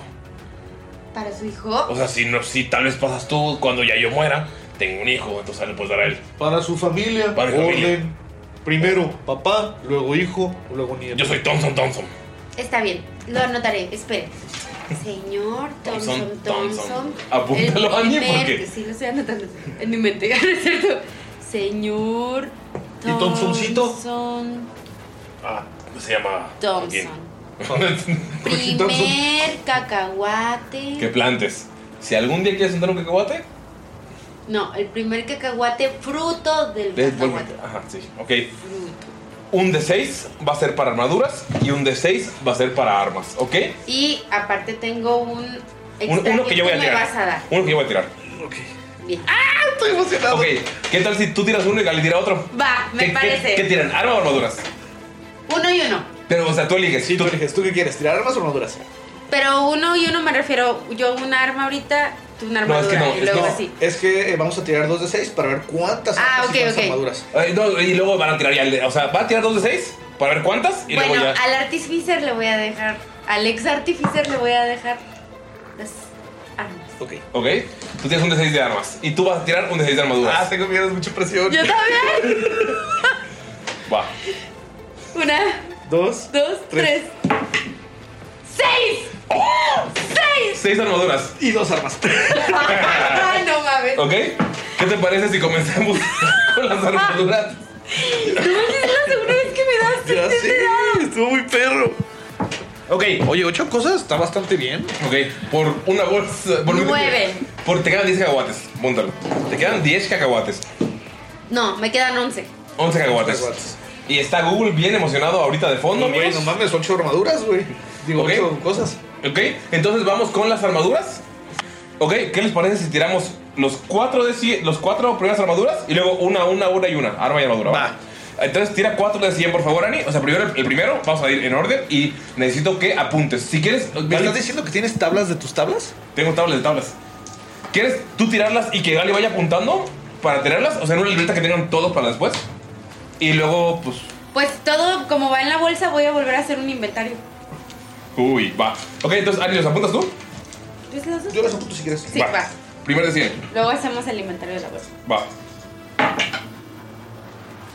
D: Para su hijo.
B: O sea, si, no, si tal vez pasas tú cuando ya yo muera, tengo un hijo, entonces le puedes dar a él.
C: Para su familia,
B: Para mi
C: orden.
B: familia.
C: Primero papá, luego hijo, luego nieto.
B: Yo soy Thompson Thompson.
D: Está bien, lo anotaré. Espere. Señor Thompson
B: Thompson, Thompson.
D: Thompson.
B: Apúntalo,
D: el
B: Andy,
D: primer-
B: porque-
D: Sí, lo estoy anotando. En mi mente, ¿no es cierto? Señor
B: ¿Y Thompsoncito?
D: Thompson
B: Ah, se llama.
D: Thompson.
B: ¿Quién?
D: Primer cacahuate.
B: Que plantes. Si algún día quieres sentar un cacahuate,
D: No, el primer cacahuate fruto del
B: le-
D: cacahuate.
B: Ajá, sí, ok. Un de 6 va a ser para armaduras y un de 6 va a ser para armas, ¿ok?
D: Y aparte tengo un
B: Un-
D: extra
B: uno que yo voy a
D: me
B: tirar.
D: vas a dar.
B: Uno que yo voy a tirar.
D: Bien.
B: ¡Ah! Estoy emocionado. Ok, ¿qué tal si tú tiras uno y Gali tira otro?
D: Va, me
B: ¿Qué- qué-
D: parece.
B: ¿Qué tiran? ¿Armas o armaduras?
D: Uno y uno.
B: Pero, o sea, tú eliges. tú, eliges.
C: ¿Tú qué quieres? ¿Tirar armas o armaduras?
D: Pero uno y uno me refiero, yo un arma ahorita, tú una
C: No,
D: armadura
C: es que no.
D: y
C: Es,
D: luego
C: no,
D: así.
C: es que eh, vamos a tirar dos de seis para ver cuántas
D: Ah,
C: armas y
D: ok,
C: cuántas
D: ok.
C: armaduras.
B: Ay, no, y luego van a tirar ya. el de- O sea, van a tirar dos de 6 para ver cuántas y
D: Bueno,
B: luego ya.
D: al artificer le voy a dejar, al ex artificer le voy a dejar las armas.
C: Ok.
B: Ok, tú tienes un de 6 de armas y tú vas a tirar un de 6 de armaduras.
C: Ah, tengo miedo, es mucha presión.
D: Yo también.
B: Va.
D: Una,
C: Dos.
D: dos, tres.
C: Tres.
D: ¡Seis! ¡Seis!
B: 6 armaduras.
C: Y dos armas.
D: Ay, no mames.
B: ¿Ok? ¿Qué te parece si comenzamos con las armaduras?
D: No mames, es la segunda vez que me das
C: Ya
D: este
C: sé,
D: dado.
C: estuvo muy perro.
B: Ok,
C: Oye, ocho cosas está bastante bien.
B: ok. Por una bolsa. Por
D: Nueve.
B: Por, te quedan 10 cacahuates. Móntalo. Te quedan 10 cacahuates.
D: No, me quedan once.
B: 11 cacahuates.
C: Cacahuates.
B: Y está Google bien emocionado ahorita de fondo, pues.
C: güey,
B: amigos.
C: no mames, ocho armaduras, güey. Digo,
B: Ok.
C: ocho cosas.
B: Ok, entonces vamos con las armaduras. Ok, ¿qué les parece si tiramos los cuatro, de cien- los cuatro primeras armaduras y luego una, una, una y una? Arma y armadura. ¿va? Entonces tira cuatro de 100, por favor, Ani. O sea, primero el primero, vamos a ir en orden y necesito que apuntes. Si quieres,
C: ¿Me
B: Gali,
C: estás diciendo que tienes tablas de tus tablas?
B: tengo tablas de tablas. ¿Quieres tú tirarlas y que Gali vaya apuntando para tirarlas? O sea, en una libreta que tengan todos para después. Y luego, pues,
D: Pues todo como va en la bolsa, voy a volver a hacer un inventario.
B: uy, va. Ok, entonces, Ani, ¿los apuntas tú?
D: ¿Ves las dos?
C: Yo las apunto si quieres.
D: Sí, va.
B: Primero de 100,
D: Luego hacemos el inventario de la bolsa.
B: va.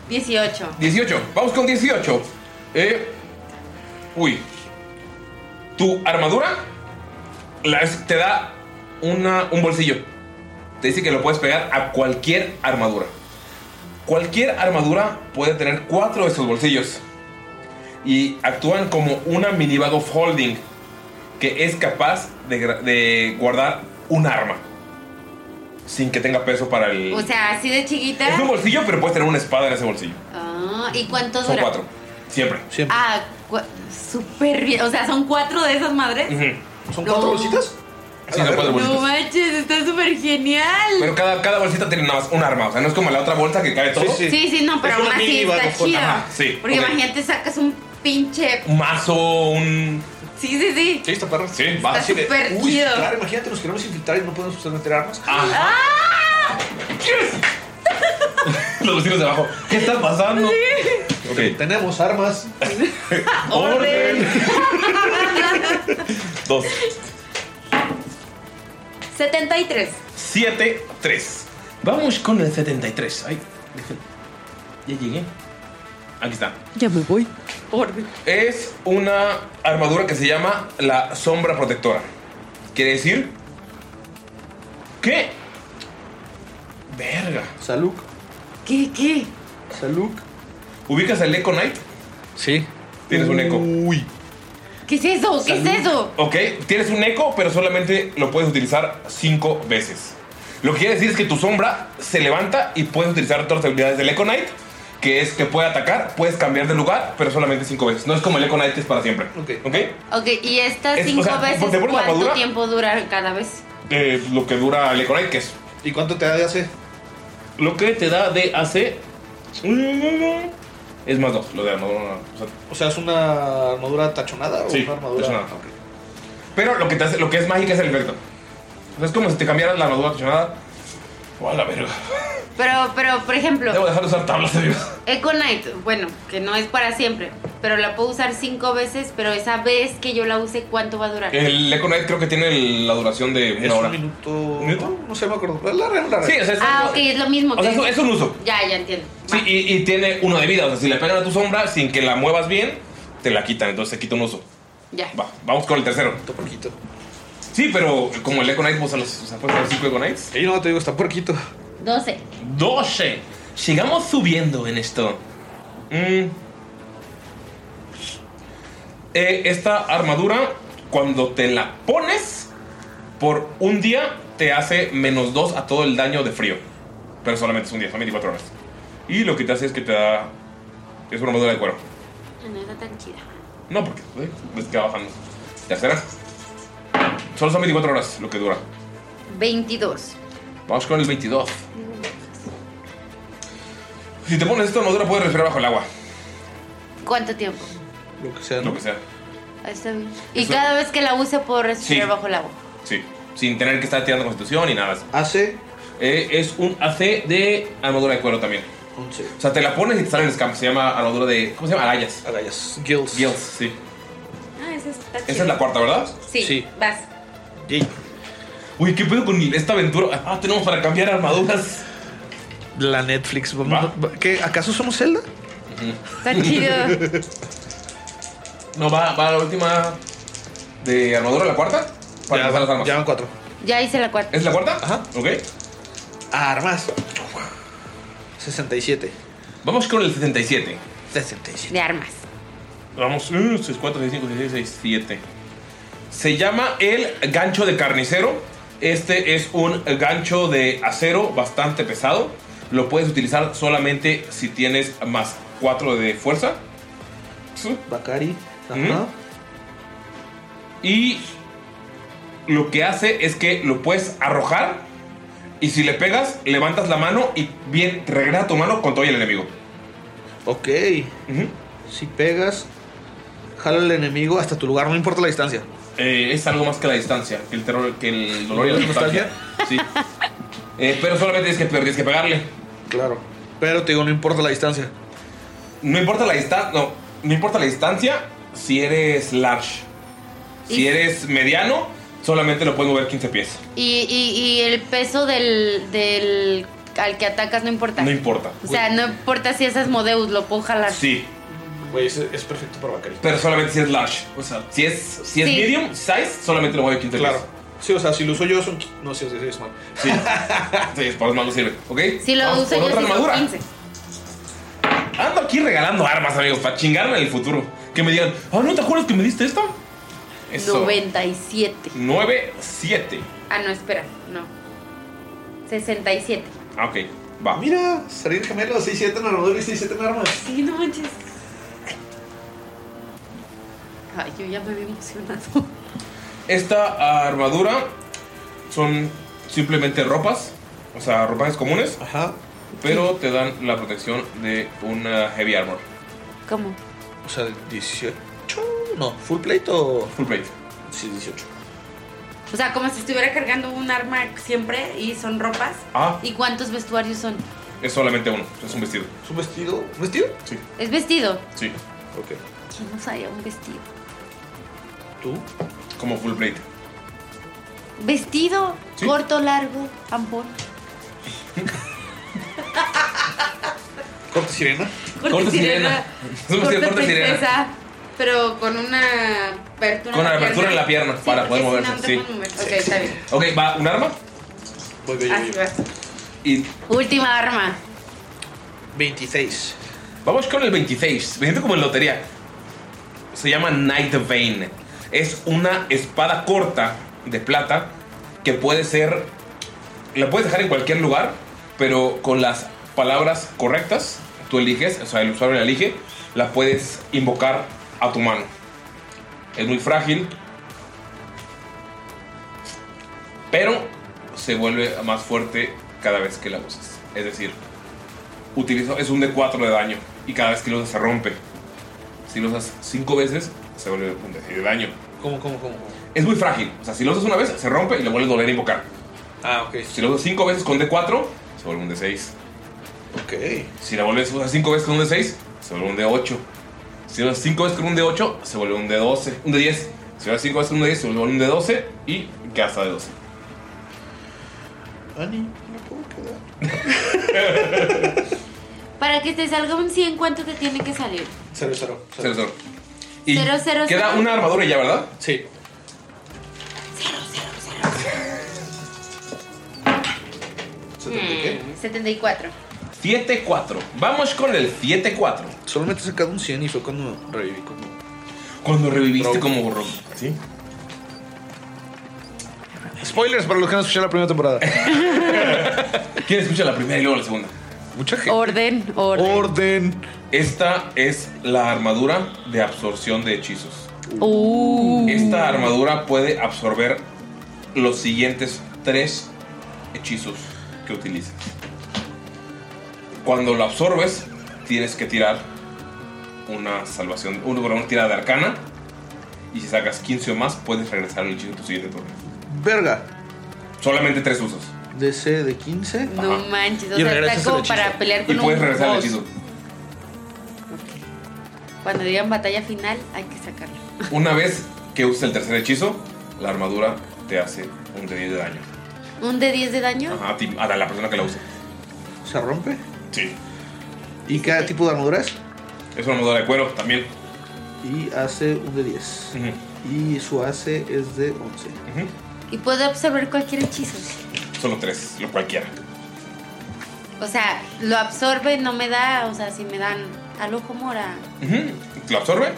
D: 18.
B: 18. Vamos con 18. Eh, uy. Tu armadura la- es- te da una, un bolsillo. Te dice que lo puedes pegar a cualquier armadura. Cualquier armadura puede tener cuatro de estos bolsillos. Y actúan como una mini bag of holding que es capaz de, gra- de guardar un arma. Sin que tenga peso para el...
D: O sea, así de chiquita.
B: es un bolsillo, pero puedes tener una espada en ese bolsillo.
D: Ah, ¿Y cuánto
B: Son
D: dura?
B: cuatro. Siempre.
C: Siempre.
D: Ah, cua- súper bien. O sea, son cuatro de esas madres.
B: Ujú.
C: ¿Son
D: no.
C: cuatro bolsitas?
B: Sí, son cuatro
D: No
B: bolsitas.
D: manches, está súper genial.
B: Pero cada, cada bolsita tiene nada más un arma. O sea, no es como la otra bolsa que cae todo.
C: Sí.
D: sí, sí, no, pero
C: Es
D: aún
C: una
D: así
C: mini
D: está
C: Battle Force.
D: chido.
B: Ajá, sí,
D: Porque
B: ok.
D: imagínate, sacas un pinche.
B: Un mazo, un.
D: Sí, sí, sí.
C: Sí, está perro.
B: Sí, va.
D: Está
C: Así de,
D: súper
C: uy,
D: chido.
C: claro, imagínate, nos queremos infiltrar y no podemos usar meter armas.
B: Ajá.
D: ¡Ah!
B: Los vecinos de abajo. ¿Qué está pasando? Ok.
C: Tenemos armas.
B: Orden. Dos.
D: 73.
B: Siete, tres. Vamos con el 73. Ay, dije, ya llegué. Aquí está.
G: Ya me voy.
B: Es una armadura que se llama la sombra protectora. Quiere decir que. Verga. Saluk.
D: ¿Qué? ¿Qué?
B: Saluk. ¿Ubicas el Echo Knight? Sí. Tienes un eco. Uy.
D: ¿Qué es eso? ¿Qué es eso?
B: Ok, tienes un eco, pero solamente lo puedes utilizar cinco veces. Lo que quiere decir es que tu sombra se levanta y puedes utilizar todas las habilidades del Echo Knight, que es que puede atacar, puedes cambiar de lugar, pero solamente cinco veces. No es como el Echo Knight que es para siempre. Ok.
D: Ok, y estas
B: Es- o
D: cinco
B: sea,
D: veces,
B: ¿te pones la
D: ¿cuánto
B: armadura?
D: tiempo dura cada vez?
B: Eh, lo que dura el Echo Knight, que es. ¿Y cuánto te da de AC? Lo que te da de AC. mm, Es más dos, lo de armadura. no, O sea,
C: O sea, ¿es una armadura tachonada o
B: Sí,
C: una armadura?
B: tachonada. Pero lo que, te hace- lo que es mágica es el efecto. O sea, es como si te cambiaras la armadura tachonada. O a la verga.
D: Pero, pero, por ejemplo,
B: Debo dejar de usar tablas, adiós.
D: Echo Knight, bueno, que no es para siempre, pero la puedo usar cinco veces, pero esa vez que yo la use, ¿cuánto va a durar?
B: El Echo Knight creo que tiene el- la duración de una hora. Un minuto.
C: No sé, me acuerdo. Es larga, es larga.
B: Sí, o sea, es,
D: ah, ok, es Ah. lo mismo.
B: o sea, es un- es un uso.
D: Ya, ya entiendo.
B: Sí, y, y tiene uno de vida. O sea, si le pegan a tu sombra sin que la muevas bien, te la quitan. Entonces se quita un uso.
D: Ya.
B: Va, vamos con el tercero. porquito. Sí, pero como el Echo Knight, vos a los, o sea, puedes usar cinco Echo Knights. Yo no te digo, está porquito.
D: 12.
B: 12. Sigamos subiendo en esto. Mm. Eh, esta armadura, cuando te la pones, por un día te hace menos 2 a todo el daño de frío. Pero solamente es un día, son 24 horas. Y lo que te hace es que te da... Es una armadura de cuero.
D: No está tan chida.
B: No, porque eh, ves que va bajando. Tercera. Solo son 24 horas lo que dura.
D: 22.
B: Vamos con el 22. Si te pones esta armadura puedes respirar bajo el agua.
D: ¿Cuánto tiempo?
B: Lo que sea. Lo que sea.
D: Ah, Está bien. Y
B: Eso-
D: cada vez que la use puedo respirar
B: Sí.
D: bajo el agua.
B: Sí. Sin tener que estar tirando constitución y nada. ¿AC? es un AC de armadura de cuero también. O sea, te la pones y te sale el scam. Se llama armadura de. ¿Cómo se llama? Alayas. Alayas. Gills. Gills, sí.
D: Ah, esa está chida.
B: Esa es la cuarta, ¿verdad?
D: Sí, vas.
B: Uy, ¿qué pedo con esta aventura? Ah, tenemos para cambiar armaduras.
C: La Netflix. vamos- ¿Qué? ¿Acaso somos Zelda?
D: Está chido.
B: No, va, va la última de armadura, la cuarta. Para empezar las armas. Ya van cuatro.
D: Ya hice la cuarta.
B: ¿Es la cuarta? Ajá. Ok.
C: Armas. 67.
B: Vamos con el 67. 67.
D: De armas.
B: Vamos, uh, 6, 4, 6, 5, 6, 6, 7. Se llama el gancho de carnicero. Este es un gancho de acero bastante pesado. Lo puedes utilizar solamente si tienes más 4 de fuerza. Bakari. Y lo que hace es que lo puedes arrojar. Y si le pegas, levantas la mano y bien, te regresa tu mano con todo y el enemigo.
C: Ok. Si pegas, jala al enemigo hasta tu lugar, no importa la distancia.
B: Eh, es algo más que la distancia, que el terror, que el dolor y la nostalgia. Sí. Eh, pero solamente tienes que, tienes que pegarle.
C: Claro. Pero te digo, no importa la distancia.
B: No importa la distancia, no, no importa la distancia si eres large. Si eres mediano, solamente lo puedes mover 15 pies.
D: Y, y, y el peso del, del al que atacas no importa.
B: No importa.
D: O sea, no importa si esas modeus, lo puedo jalar.
B: Sí.
C: Güey, es, perfecto para Bacari.
B: Pero solamente si es large. O sea, si es, si es
D: Sí.
B: medium size, solamente lo mueve 15
C: Claro.
B: pies.
C: Sí, o sea, si lo uso yo son. No, sí, sí, sí, es mal.
B: Sí. sí, para los malos sirve. ¿Ok?
D: Si lo
B: Vamos
D: uso
B: con
D: yo
B: otra
D: sí son
B: armadura.
D: 15.
B: Ando aquí regalando armas, amigos, para chingarme en el futuro. Que me digan, ah, ¿no te acuerdas que me diste esta? Eso.
D: 97.
B: 9, 7.
D: Ah, no, espera, no. 67.
B: Ah, ok. Va.
C: Mira, salir gemelos, 6-7 en armadura y 6-7 en armas.
D: Sí, no manches. Ay, yo ya me había emocionado.
B: Esta armadura son simplemente ropas. O sea, ropajes comunes. Ajá. Pero te dan la protección de una heavy armor.
D: ¿Cómo?
C: O sea, 18. No, full plate o.
B: Full plate.
C: Sí, 18.
D: O sea, como si estuviera cargando un arma siempre y son ropas.
B: Ah,
D: ¿Y cuántos vestuarios son?
B: es solamente uno. Es un vestido.
C: ¿Es un vestido? ¿Un vestido?
B: Sí.
D: ¿Es vestido?
B: Sí. Ok.
D: ¿Quién usaría un vestido?
B: ¿Tú? Como full plate.
D: ¿Vestido? ¿Corto, largo, ampón?
C: Corte sirena.
D: Corte Corte sirena.
B: sirena.
D: Corte
B: Corte sirena.
D: princesa, pero con una apertura
B: Con
D: en
B: la
D: la
B: apertura en la pierna
D: Sí,
B: para
D: porque
B: poder
D: si no,
B: moverse.
D: no
B: Sí.
D: puedes mover. Ok, está bien.
B: Ok, va, ¿un arma?
D: Así va.
B: Y
D: Última arma.
B: 26. Vamos con el 26. Me siento como en lotería. Se llama Night Vein. Es una espada corta de plata que puede ser. La puedes dejar en cualquier lugar, pero con las palabras correctas, tú eliges, o sea, el usuario la elige, la puedes invocar a tu mano. Es muy frágil, pero se vuelve más fuerte cada vez que la usas. Es decir, utilizo, es un D4 de daño y cada vez que lo usas se rompe. Si lo usas 5 veces, se vuelve un D6 de daño.
C: ¿Cómo, cómo, cómo?
B: Es muy frágil. O sea, si lo usas una vez, se rompe y lo vuelves a volver a invocar.
C: Ah, ok.
B: Si lo usas 5 veces con D4, se vuelve un D6.
C: Ok.
B: Si la vuelves a usar 5 veces con un D6, se vuelve un D8. Si lo usas 5 veces con un D8, se vuelve un D12. Un D10. Si lo usas 5 veces con un D10, se vuelve un D12 y gasta D12.
C: Ani, no puedo quedar.
D: Para que te salga un 100, ¿cuánto te tiene que salir?
C: Cero, cero.
B: Cero, cero. Y
D: Cero, cero,
B: queda
D: cero.
B: una armadura ya, ¿verdad?
C: Sí.
D: Mm, 74.
B: 7-4. Vamos con el 7-4.
C: Solamente he sacado un 100 y fue cuando reviví como.
B: Cuando reviviste como Rob. Sí.
C: Spoilers para los que no escucharon la primera temporada.
B: ¿Quién escucha la primera y luego la segunda?
C: Mucha gente.
D: Orden, orden.
C: Orden.
B: Esta es la armadura de absorción de hechizos.
D: Uh.
B: Esta armadura puede absorber los siguientes tres hechizos que utilices. Cuando lo absorbes, tienes que tirar una salvación, una, una tirada de arcana. Y si sacas 15 o más, puedes regresar el hechizo en tu siguiente turno.
C: Verga.
B: Solamente tres usos.
C: DC de 15.
D: No
B: Ajá.
D: manches, o
C: Y
D: sea,
C: regresas
D: está como
C: el hechizo.
D: para pelear
B: Y
D: con
B: puedes
D: un
B: regresar el
D: boss.
B: hechizo.
D: Cuando digan batalla final, hay que sacarlo.
B: Una vez que uses el tercer hechizo, la armadura te hace un de 10 de daño.
D: ¿Un de 10 de daño?
B: Ajá, a, ti- a la persona que la use.
C: Se rompe.
B: Sí.
C: Y cada tipo de armadura es.
B: Es una armadura de cuero también.
C: Y hace un de 10.
B: Ujú.
C: Y su AC es de 11.
D: Y puede absorber cualquier hechizo.
B: Solo tres, lo cualquiera.
D: O sea, lo absorbe, no me da, o sea, si me dan al ojo mora.
B: Ujú. Lo absorbe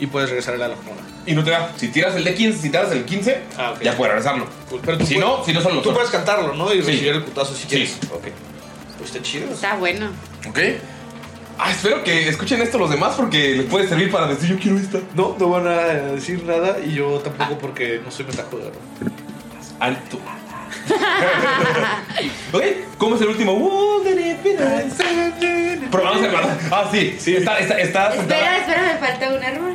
C: Y puedes regresar a la locura.
B: y no te da. Si tiras el de 15, si tiras el 15,
C: Ah, ok.
B: ya puedes regresarlo.
C: Pues, Pero tú
B: si
C: puedes-
B: no, si no solo lo
C: Tú
B: absorbe.
C: puedes cantarlo, ¿no? Y
B: Sí.
C: recibir el putazo si quieres.
B: Sí, ok.
C: Pues está chido.
D: Está bueno.
B: Ok. Ah, espero que escuchen esto los demás porque les puede servir para decir yo quiero esta.
C: No, no van a decir nada y yo tampoco porque no soy metajugador.
B: Alto. ok, ¿cómo es el último? Wonder if it is- Probamos el arma. Ah, sí, sí. Está, está, está
D: Espera,
B: sentada.
D: espera, me falta un árbol.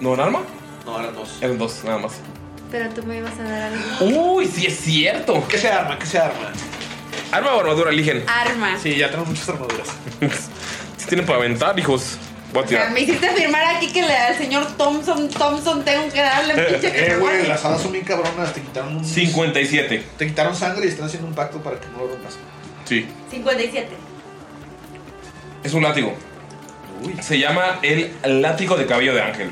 B: ¿No, un arma?
C: No, eran dos.
B: Eran dos, nada más.
D: Pero tú me ibas a dar algo.
B: Uy, sí es cierto.
C: ¿Qué se arma? ¿Qué se arma?
B: Arma o armadura, eligen.
D: Arma.
C: Sí, ya tenemos muchas armaduras.
B: Si tienen para aventar, hijos. Voy a
D: O sea,
B: tirar.
D: me hiciste firmar aquí que le al señor Thompson, Thompson tengo que darle un pinche
C: Eh, güey,
D: cacahuate.
C: las hadas son bien cabronas. Te quitaron un.
B: 57.
C: Te quitaron sangre y están haciendo un pacto para que no lo rompas.
B: Sí.
D: 57.
B: Es un látigo.
C: Uy.
B: Se llama el látigo de cabello de ángel.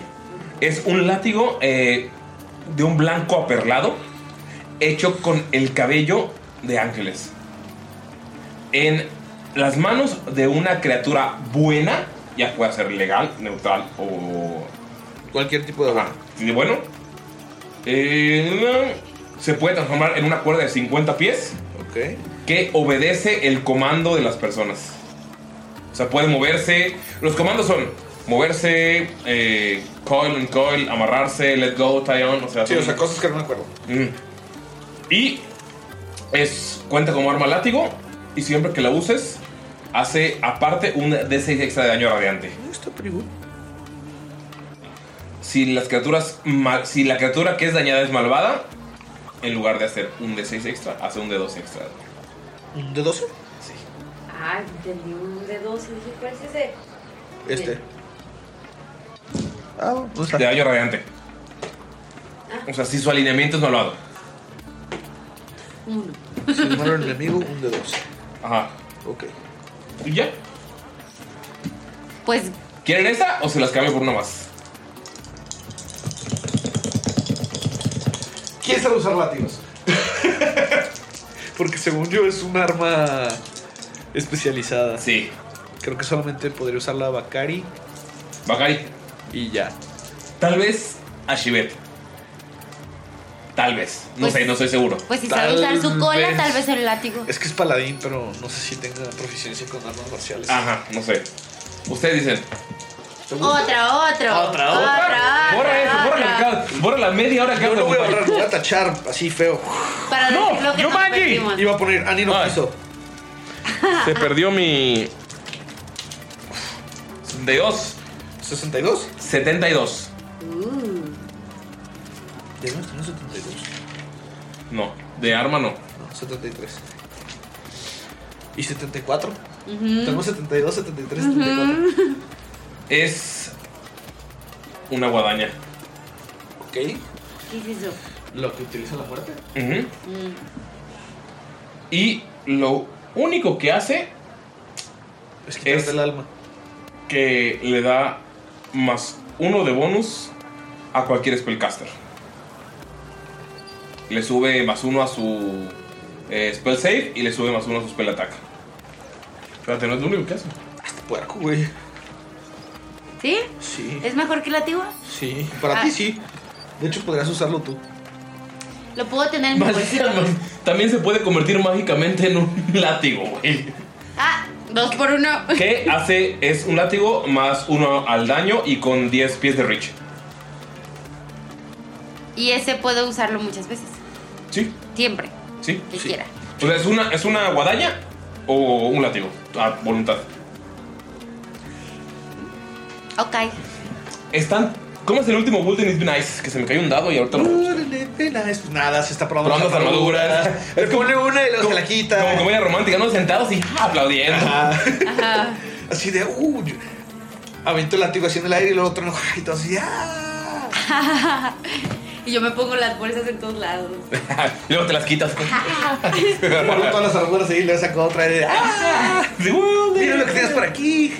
B: Es un látigo eh, de un blanco aperlado hecho con el cabello de ángeles. En las manos de una criatura buena, ya puede ser legal, neutral o
C: Cualquier tipo de
B: Ajá. Y bueno, eh, se puede transformar en una cuerda de 50 pies
C: Ok.
B: que obedece el comando de las personas. O sea, puede moverse. Los comandos son moverse, eh, coil and coil, amarrarse, let go, tie on. O sea,
C: Sí, o
B: son-
C: sea, cosas que no me acuerdo.
B: Mm. Y es cuenta como arma látigo. Y siempre que la uses, hace aparte un D6 extra de daño radiante.
C: Está pretty good.
B: Si las criaturas ma- si la criatura que es dañada es malvada, en lugar de hacer un D6 extra, hace un D2 extra.
C: ¿Un de 12?
D: Ay, entendí un de 12. Dije, ¿cuál es ese?
C: Este. Ah, ¿dónde
B: De
C: está?
B: daño radiante.
D: Ah.
B: O sea, si su alineamiento es malvado.
D: Uno.
C: Si es malo el enemigo, un de dos.
B: Ajá.
C: Ok.
B: ¿Y ya?
D: Pues
B: ¿Quieren esta o se las cambio por una más?
E: ¿Quién sabe usar látigos?
C: Porque según yo es un arma especializada.
B: Sí.
C: Creo que solamente podría usarla Bakari
B: Bakari.
C: y ya.
B: Tal vez a Shivet. Tal vez. No
D: Pues-
B: sé, no estoy seguro.
D: Pues si sabe usar su cola, tal vez el látigo.
C: Es que es paladín, pero no sé si tenga proficiencia con armas marciales.
B: Ajá, no sé. Ustedes dicen. "Ah,
D: Otra, otra.
C: Otra,
D: otra,
B: Borra eso, borra
D: otra.
B: la, cal- borra la media hora que
C: Yo
B: hago
C: no voy a
B: compañía.
C: borrar, voy a tachar así feo.
D: Para
B: No,
D: decir lo que nos
B: Jumanji.
D: perdimos.
C: Iba a poner, Ani no
B: Ay.
C: quiso.
B: Se perdió mi. De dos,
C: 62.
B: 72.
C: Ya no, no 72.
B: No, de arma no.
C: No, 73. ¿Y 74? Tenemos 72, 73, 74.
B: Es. Una guadaña.
C: Ok.
D: ¿Qué es eso?
C: ¿Lo que utiliza la muerte?
B: Ujú. Y lo único que hace
C: Es quitarte
B: Es-
C: el alma.
B: que le da más uno de bonus a cualquier spellcaster. Le sube más uno a su eh, spell save y le sube más uno a su spell attack. Espérate, no es lo único que hace.
C: Puerco, güey.
D: ¿Sí?
C: Sí.
D: ¿Es mejor que el látigo?
C: Sí. Para
D: Ah.
C: ti sí. De hecho, podrías usarlo tú.
D: Lo puedo tener en mi bolsillo.
B: También se puede convertir mágicamente en un látigo, güey.
D: Ah, dos por uno.
B: Que hace es un látigo más uno al daño y con 10 pies de reach.
D: Y ese puedo usarlo muchas veces.
B: Sí,
D: Siempre.
B: sí.
D: Que
B: sí.
D: quiera.
B: O sea, ¿es una, ¿es una guadaña o un látigo? A voluntad.
D: Ok.
B: Están. ¿Cómo es el último Bulletin It's Been Nice? Que se me cayó un dado y ahorita
C: Mm,
B: lo.
C: Es nada, se está probando.
B: Probando las armaduras.
C: Él pone una y luego se la quita.
B: Como comedia romántica, ¿no? Sentados y ah, aplaudiendo.
D: Ajá.
C: Así de, uh, yo- aventó el látigo así en el aire y luego otro enojado y todo así, ah.
D: Y yo me pongo las bolsas en todos lados.
B: y luego te las quitas.
C: Guardó todas las armaduras ahí y le sacó otra y de, ah,
B: Sí, wow,
C: mira lo que tienes por aquí.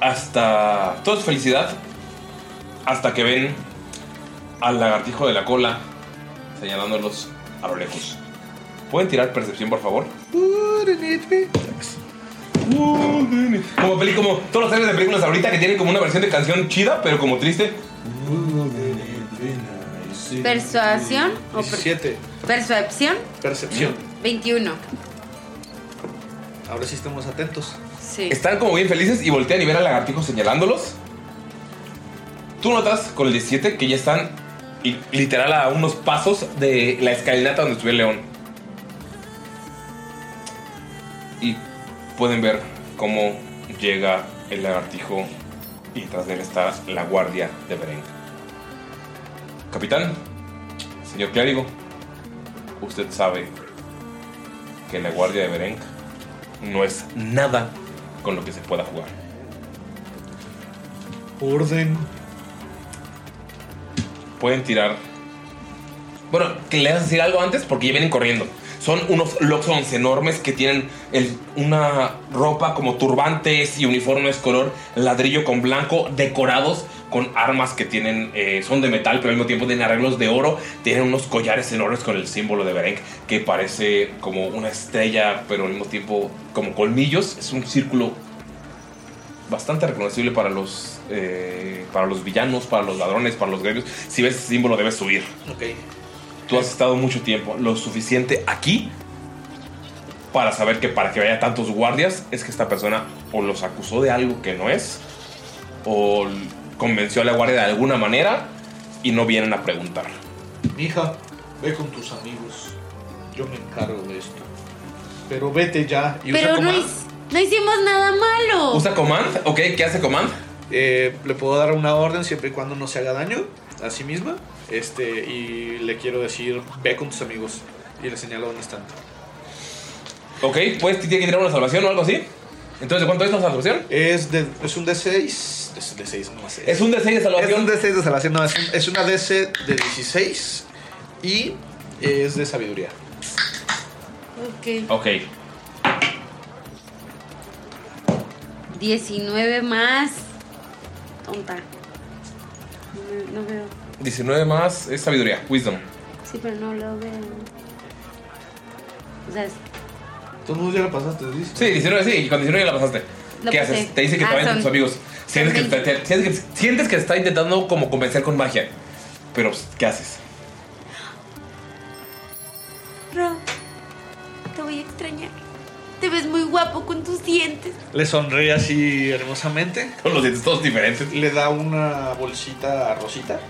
B: Hasta. Todo es felicidad. Hasta que ven al lagartijo de la cola señalándolos a lo lejos. ¿Pueden tirar percepción, por favor? Como, peli, como todos los series de películas ahorita que tienen como una versión de canción chida, pero como triste.
D: Persuasión o per-
C: 17,
D: percepción.
C: percepción.
D: 21.
C: Ahora sí estamos atentos.
D: Sí.
B: Están como bien felices y voltean y ven al lagartijo señalándolos. Tú notas con el 17 que ya están li- literal a unos pasos de la escalinata donde estuviera el león. Y pueden ver cómo llega el lagartijo y tras de él está la guardia de Beren. Capitán, señor clérigo, usted sabe que la guardia de Beren no es nada con lo que se pueda jugar.
C: Orden.
B: Pueden tirar. Bueno, que le vas a decir algo antes porque ya vienen corriendo. Son unos Loxons enormes que tienen el- una ropa como turbantes y uniformes color ladrillo con blanco, decorados con armas que tienen, eh, son de metal, pero al mismo tiempo tienen arreglos de oro. Tienen unos collares enormes con el símbolo de Berenk que parece como una estrella, pero al mismo tiempo como colmillos. Es un círculo bastante reconocible para los eh, para los villanos, para los ladrones, para los grevios. Si ves ese símbolo debes huir.
C: Ok.
B: Tú has estado mucho tiempo, lo suficiente aquí para saber que para que vaya tantos guardias es que esta persona o los acusó de algo que no es o convenció a la guardia de alguna manera y no vienen a preguntar.
C: Mija, ve con tus amigos. Yo me encargo de esto. Pero vete ya. Y usa
D: Pero no,
C: command.
D: his- no hicimos nada malo.
B: ¿Usa command? Ok, ¿qué hace command?
C: Eh, le puedo dar una orden siempre y cuando no se haga daño a sí misma. Este, y le quiero decir, ve con tus amigos. Y le señalo dónde están.
B: Ok, pues tiene que tirar una salvación o algo así. Entonces, ¿cuánto es la salvación?
C: Es, de, es un D6. Es un D6, no más.
B: Es un D6 de
C: Es
B: salvación.
C: un D6 de salvación, no, es, un- es una DC de 16 y es de sabiduría.
D: Ok.
B: Ok.
D: 19 más. Tonta. No, me- no veo.
B: 19 más es sabiduría, wisdom.
D: Sí, pero no lo veo. O sea, es-
B: Tú ya la pasaste, ¿sí? Sí, 19, sí, y con 19 ya la pasaste.
D: Lo
B: ¿Qué
D: pasé.
B: haces? Te dice que
D: Ah,
B: te vayan con
D: son-
B: tus amigos. Sientes que,
D: son
B: te- te- sientes, que, sientes que está intentando como convencer con magia. Pero, pues, ¿qué haces?
D: Ro, te voy a extrañar. Te ves muy guapo con tus dientes.
C: Le sonríe así hermosamente.
B: Con los dientes todos diferentes.
C: Le da una bolsita a Rosita.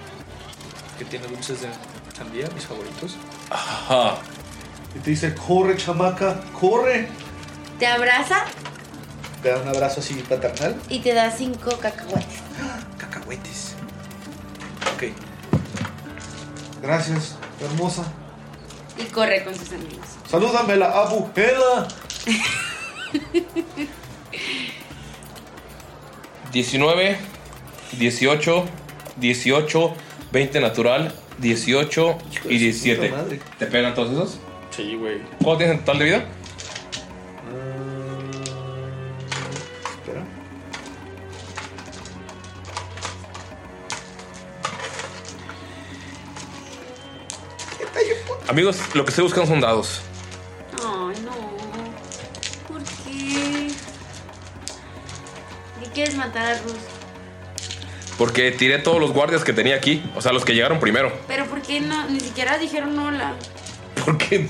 C: Que tiene dulces de sandía, mis favoritos.
B: Ajá.
C: Y te dice, corre, chamaca, corre.
D: Te abraza
C: Te da un abrazo así paternal. Ah,
D: y te da cinco cacahuates.
C: Cacahuetes. Ok. Gracias, hermosa.
D: Y corre con sus amigos.
C: Salúdame la abujela.
B: 19, 18, 18, 20 natural, 18 y 17.
C: puta madre.
B: ¿Te pegan todos esos?
C: Sí, güey.
B: ¿Cuánto tienes en total de vida?
C: Espera.
B: Amigos, lo que estoy buscando son dados.
D: Ay, no. ¿Por qué? ¿Qué quieres matar a Rus?
B: Porque tiré todos los guardias que tenía aquí. O sea, los que llegaron primero.
D: Pero ¿por qué no? Ni siquiera dijeron hola.
B: Porque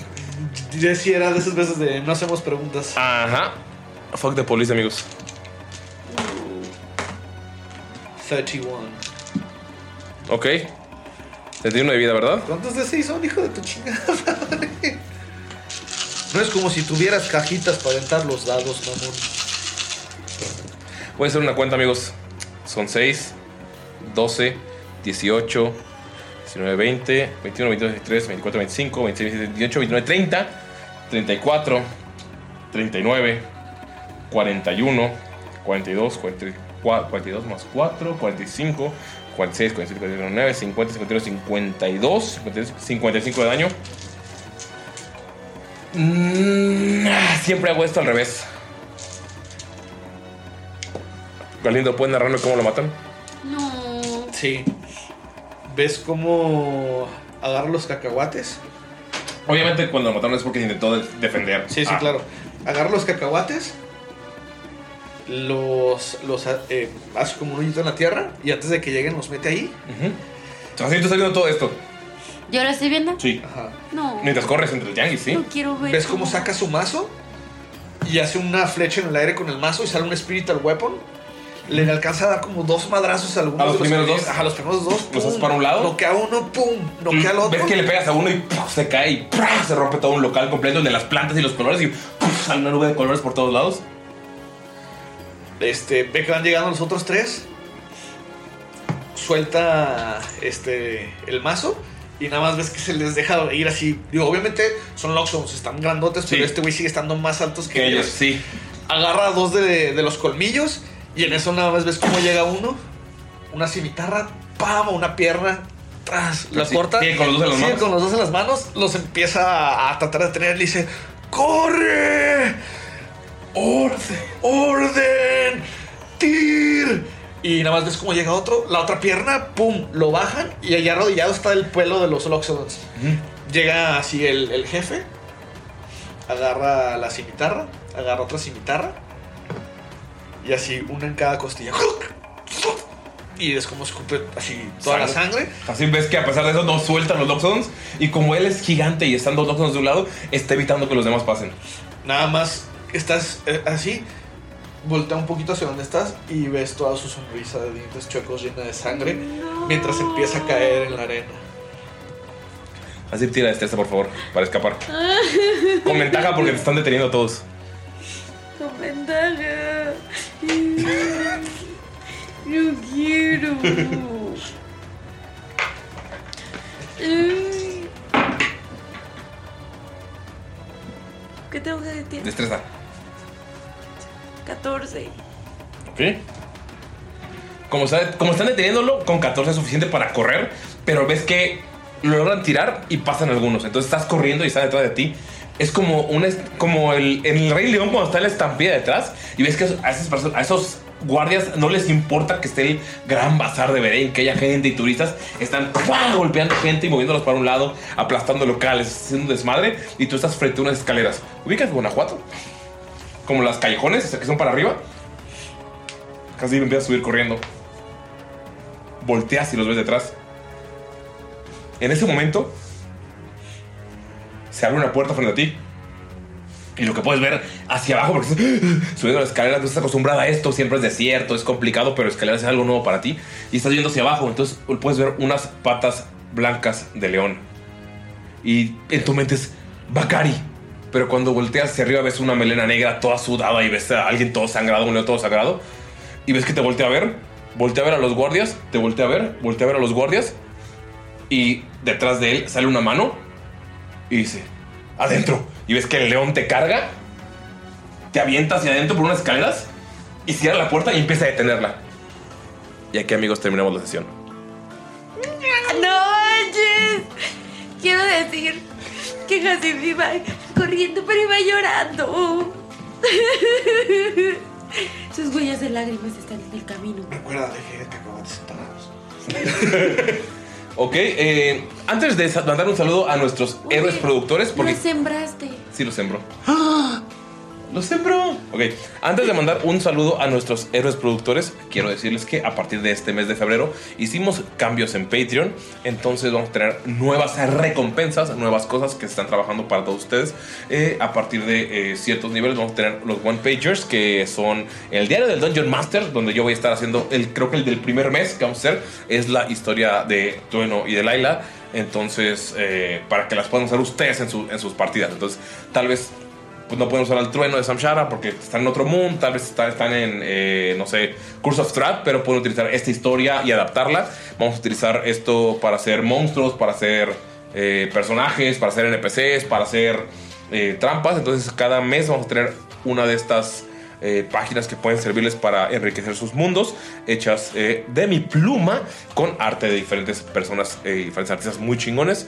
C: si era de esas veces de no hacemos preguntas.
B: Ajá. Fuck the police, amigos.
C: 31.
B: Ok. 31 de vida, ¿verdad?
C: ¿Cuántos de seis son, hijo de tu chingada madre? No es como si tuvieras cajitas para aventar los dados, mamón.
B: Voy a hacer una cuenta, amigos. Son 6, 12, 18, 19, 20, 21, 22, 23, 24, 25, 26, 27, 28, 29, 30, 34, 39, 41, 42, 43, cua- 42 más 4, 45, 46, 47, 49, 50, 51, 52, 53, 55 de daño. Mm, ah, siempre hago esto al revés. Galindo, ¿pueden narrarme cómo lo matan?
D: No.
C: Sí. ¿Ves cómo agarra los cacahuates?
B: Obviamente cuando lo mataron es porque se intentó de- defender.
C: Sí, sí,
B: Ah,
C: claro. Agarra los cacahuates, los, los eh, hace como un hoyito en la tierra y antes de que lleguen los mete ahí.
B: O sea, sí, tú estás viendo todo esto.
D: ¿Yo lo estoy viendo?
B: Sí.
C: Ajá.
D: No.
B: Mientras corres entre el tianguis, sí.
D: No quiero ver.
C: ¿Ves cómo saca su mazo? Y hace una flecha en el aire con el mazo y sale un Spiritual Weapon. Le alcanza a dar como dos madrazos a algunos.
B: A los
C: de
B: primeros
C: que-
B: dos.
C: Ajá, los primeros dos.
B: Los
C: pum,
B: haces para un lado.
C: Noquea a uno, pum. Noquea al otro.
B: Ves que le pegas a uno y ¡puf! se cae y ¡prá! se rompe todo un local completo de las plantas y los colores y ¡puf! sale una nube de colores por todos lados.
C: Este, ve que van llegando los otros tres. Suelta este el mazo. Y nada más ves que se les deja ir así. Digo, obviamente son Loxons, están grandotes, pero este güey sigue estando más altos que,
B: Que ellos,
C: ellos.
B: sí.
C: Agarra dos de, de los colmillos. Y en eso nada más ves cómo llega uno. Una cimitarra, pam, una pierna. Tras, la
B: Sí,
C: corta.
B: sigue con los dos en las
C: sigue
B: manos.
C: con los dos en las manos. Los empieza a tratar de tener. Le dice: ¡Corre! ¡Orden! ¡Orden! ¡Tir! Y nada más ves cómo llega otro, la otra pierna, ¡pum! Lo bajan y allá arrodillado está el pueblo de los Loxodons. Llega así el, el jefe, agarra la cimitarra, agarra otra cimitarra y así una en cada costilla. Y es como escupe así toda la sangre.
B: Así ves que a pesar de eso no sueltan los Loxodons y como él es gigante y están dos Loxodons de un lado, está evitando que los demás pasen.
C: Nada más estás eh, así, voltea un poquito hacia donde estás y ves toda su sonrisa de dientes chuecos llena de sangre mientras empieza a caer en la arena.
B: Así tira destreza, por favor, para escapar. Con ventaja porque te están deteniendo a todos.
D: Con ventaja. No quiero. ¿Qué tengo que decir?
B: Destreza.
D: 14.
B: Ok. Como, está- como están deteniéndolo, con 14 es suficiente para correr, pero ves que lo logran tirar y pasan algunos. Entonces estás corriendo y están detrás de ti, es como un es- como el, en el Rey León cuando está la estampida detrás y ves que a esas personas, a esos guardias no les importa que esté el gran bazar de Belén, que haya gente y turistas, están ¡pua! golpeando gente y moviéndolos para un lado, aplastando locales, haciendo un desmadre y tú estás frente a unas escaleras. ¿Ubicas Guanajuato? Como las callejones, o sea, que son para arriba. Casi empiezas a subir corriendo. Volteas y los ves detrás. En ese momento, se abre una puerta frente a ti. Y lo que puedes ver hacia abajo, porque estás subiendo las escaleras, no estás acostumbrada a esto, siempre es desierto, es complicado, pero escaleras es algo nuevo para ti. Y estás yendo hacia abajo, entonces puedes ver unas patas blancas de león. Y en tu mente es Bakari. Pero cuando volteas hacia arriba ves una melena negra toda sudada y ves a alguien todo sangrado, un león todo sangrado. Y ves que te voltea a ver, voltea a ver a los guardias, te voltea a ver, voltea a ver a los guardias. Y detrás de él sale una mano y dice, adentro. Y ves que el león te carga, te avienta hacia adentro por unas escaleras y cierra la puerta y empieza a detenerla. Y aquí, amigos, terminamos la sesión.
D: No manches. Quiero decir que Jasim iba corriendo, pero iba llorando. Sus huellas de lágrimas están en el camino.
C: Acuérdate que te acabas de separar.
B: Ok, eh, antes de sa- mandar un saludo a nuestros héroes productores,
D: No
B: porque
D: sembraste.
B: sí los sembró. Lo sembró. Ok, antes de mandar un saludo a nuestros héroes productores, quiero decirles que a partir de este mes de febrero hicimos cambios en Patreon, entonces vamos a tener nuevas recompensas, nuevas cosas que se están trabajando para todos ustedes. Eh, a partir de eh, ciertos niveles vamos a tener los One Pagers, que son el diario del Dungeon Master, donde yo voy a estar haciendo, el, creo que el del primer mes que vamos a hacer es la historia de Trueno y de Laila. Entonces, eh, para que las puedan usar ustedes en, su- en sus partidas. Entonces, tal vez pues no pueden usar al trueno de Samshara porque están en otro mundo, tal vez está- están, en, eh, no sé, Curse of Trap, pero pueden utilizar esta historia y adaptarla. Vamos a utilizar esto para hacer monstruos, para hacer eh, personajes, para hacer NPCs, para hacer eh, trampas. Entonces cada mes vamos a tener una de estas eh, páginas que pueden servirles para enriquecer sus mundos, hechas eh, de mi pluma, con arte de diferentes personas, eh, diferentes artistas muy chingones.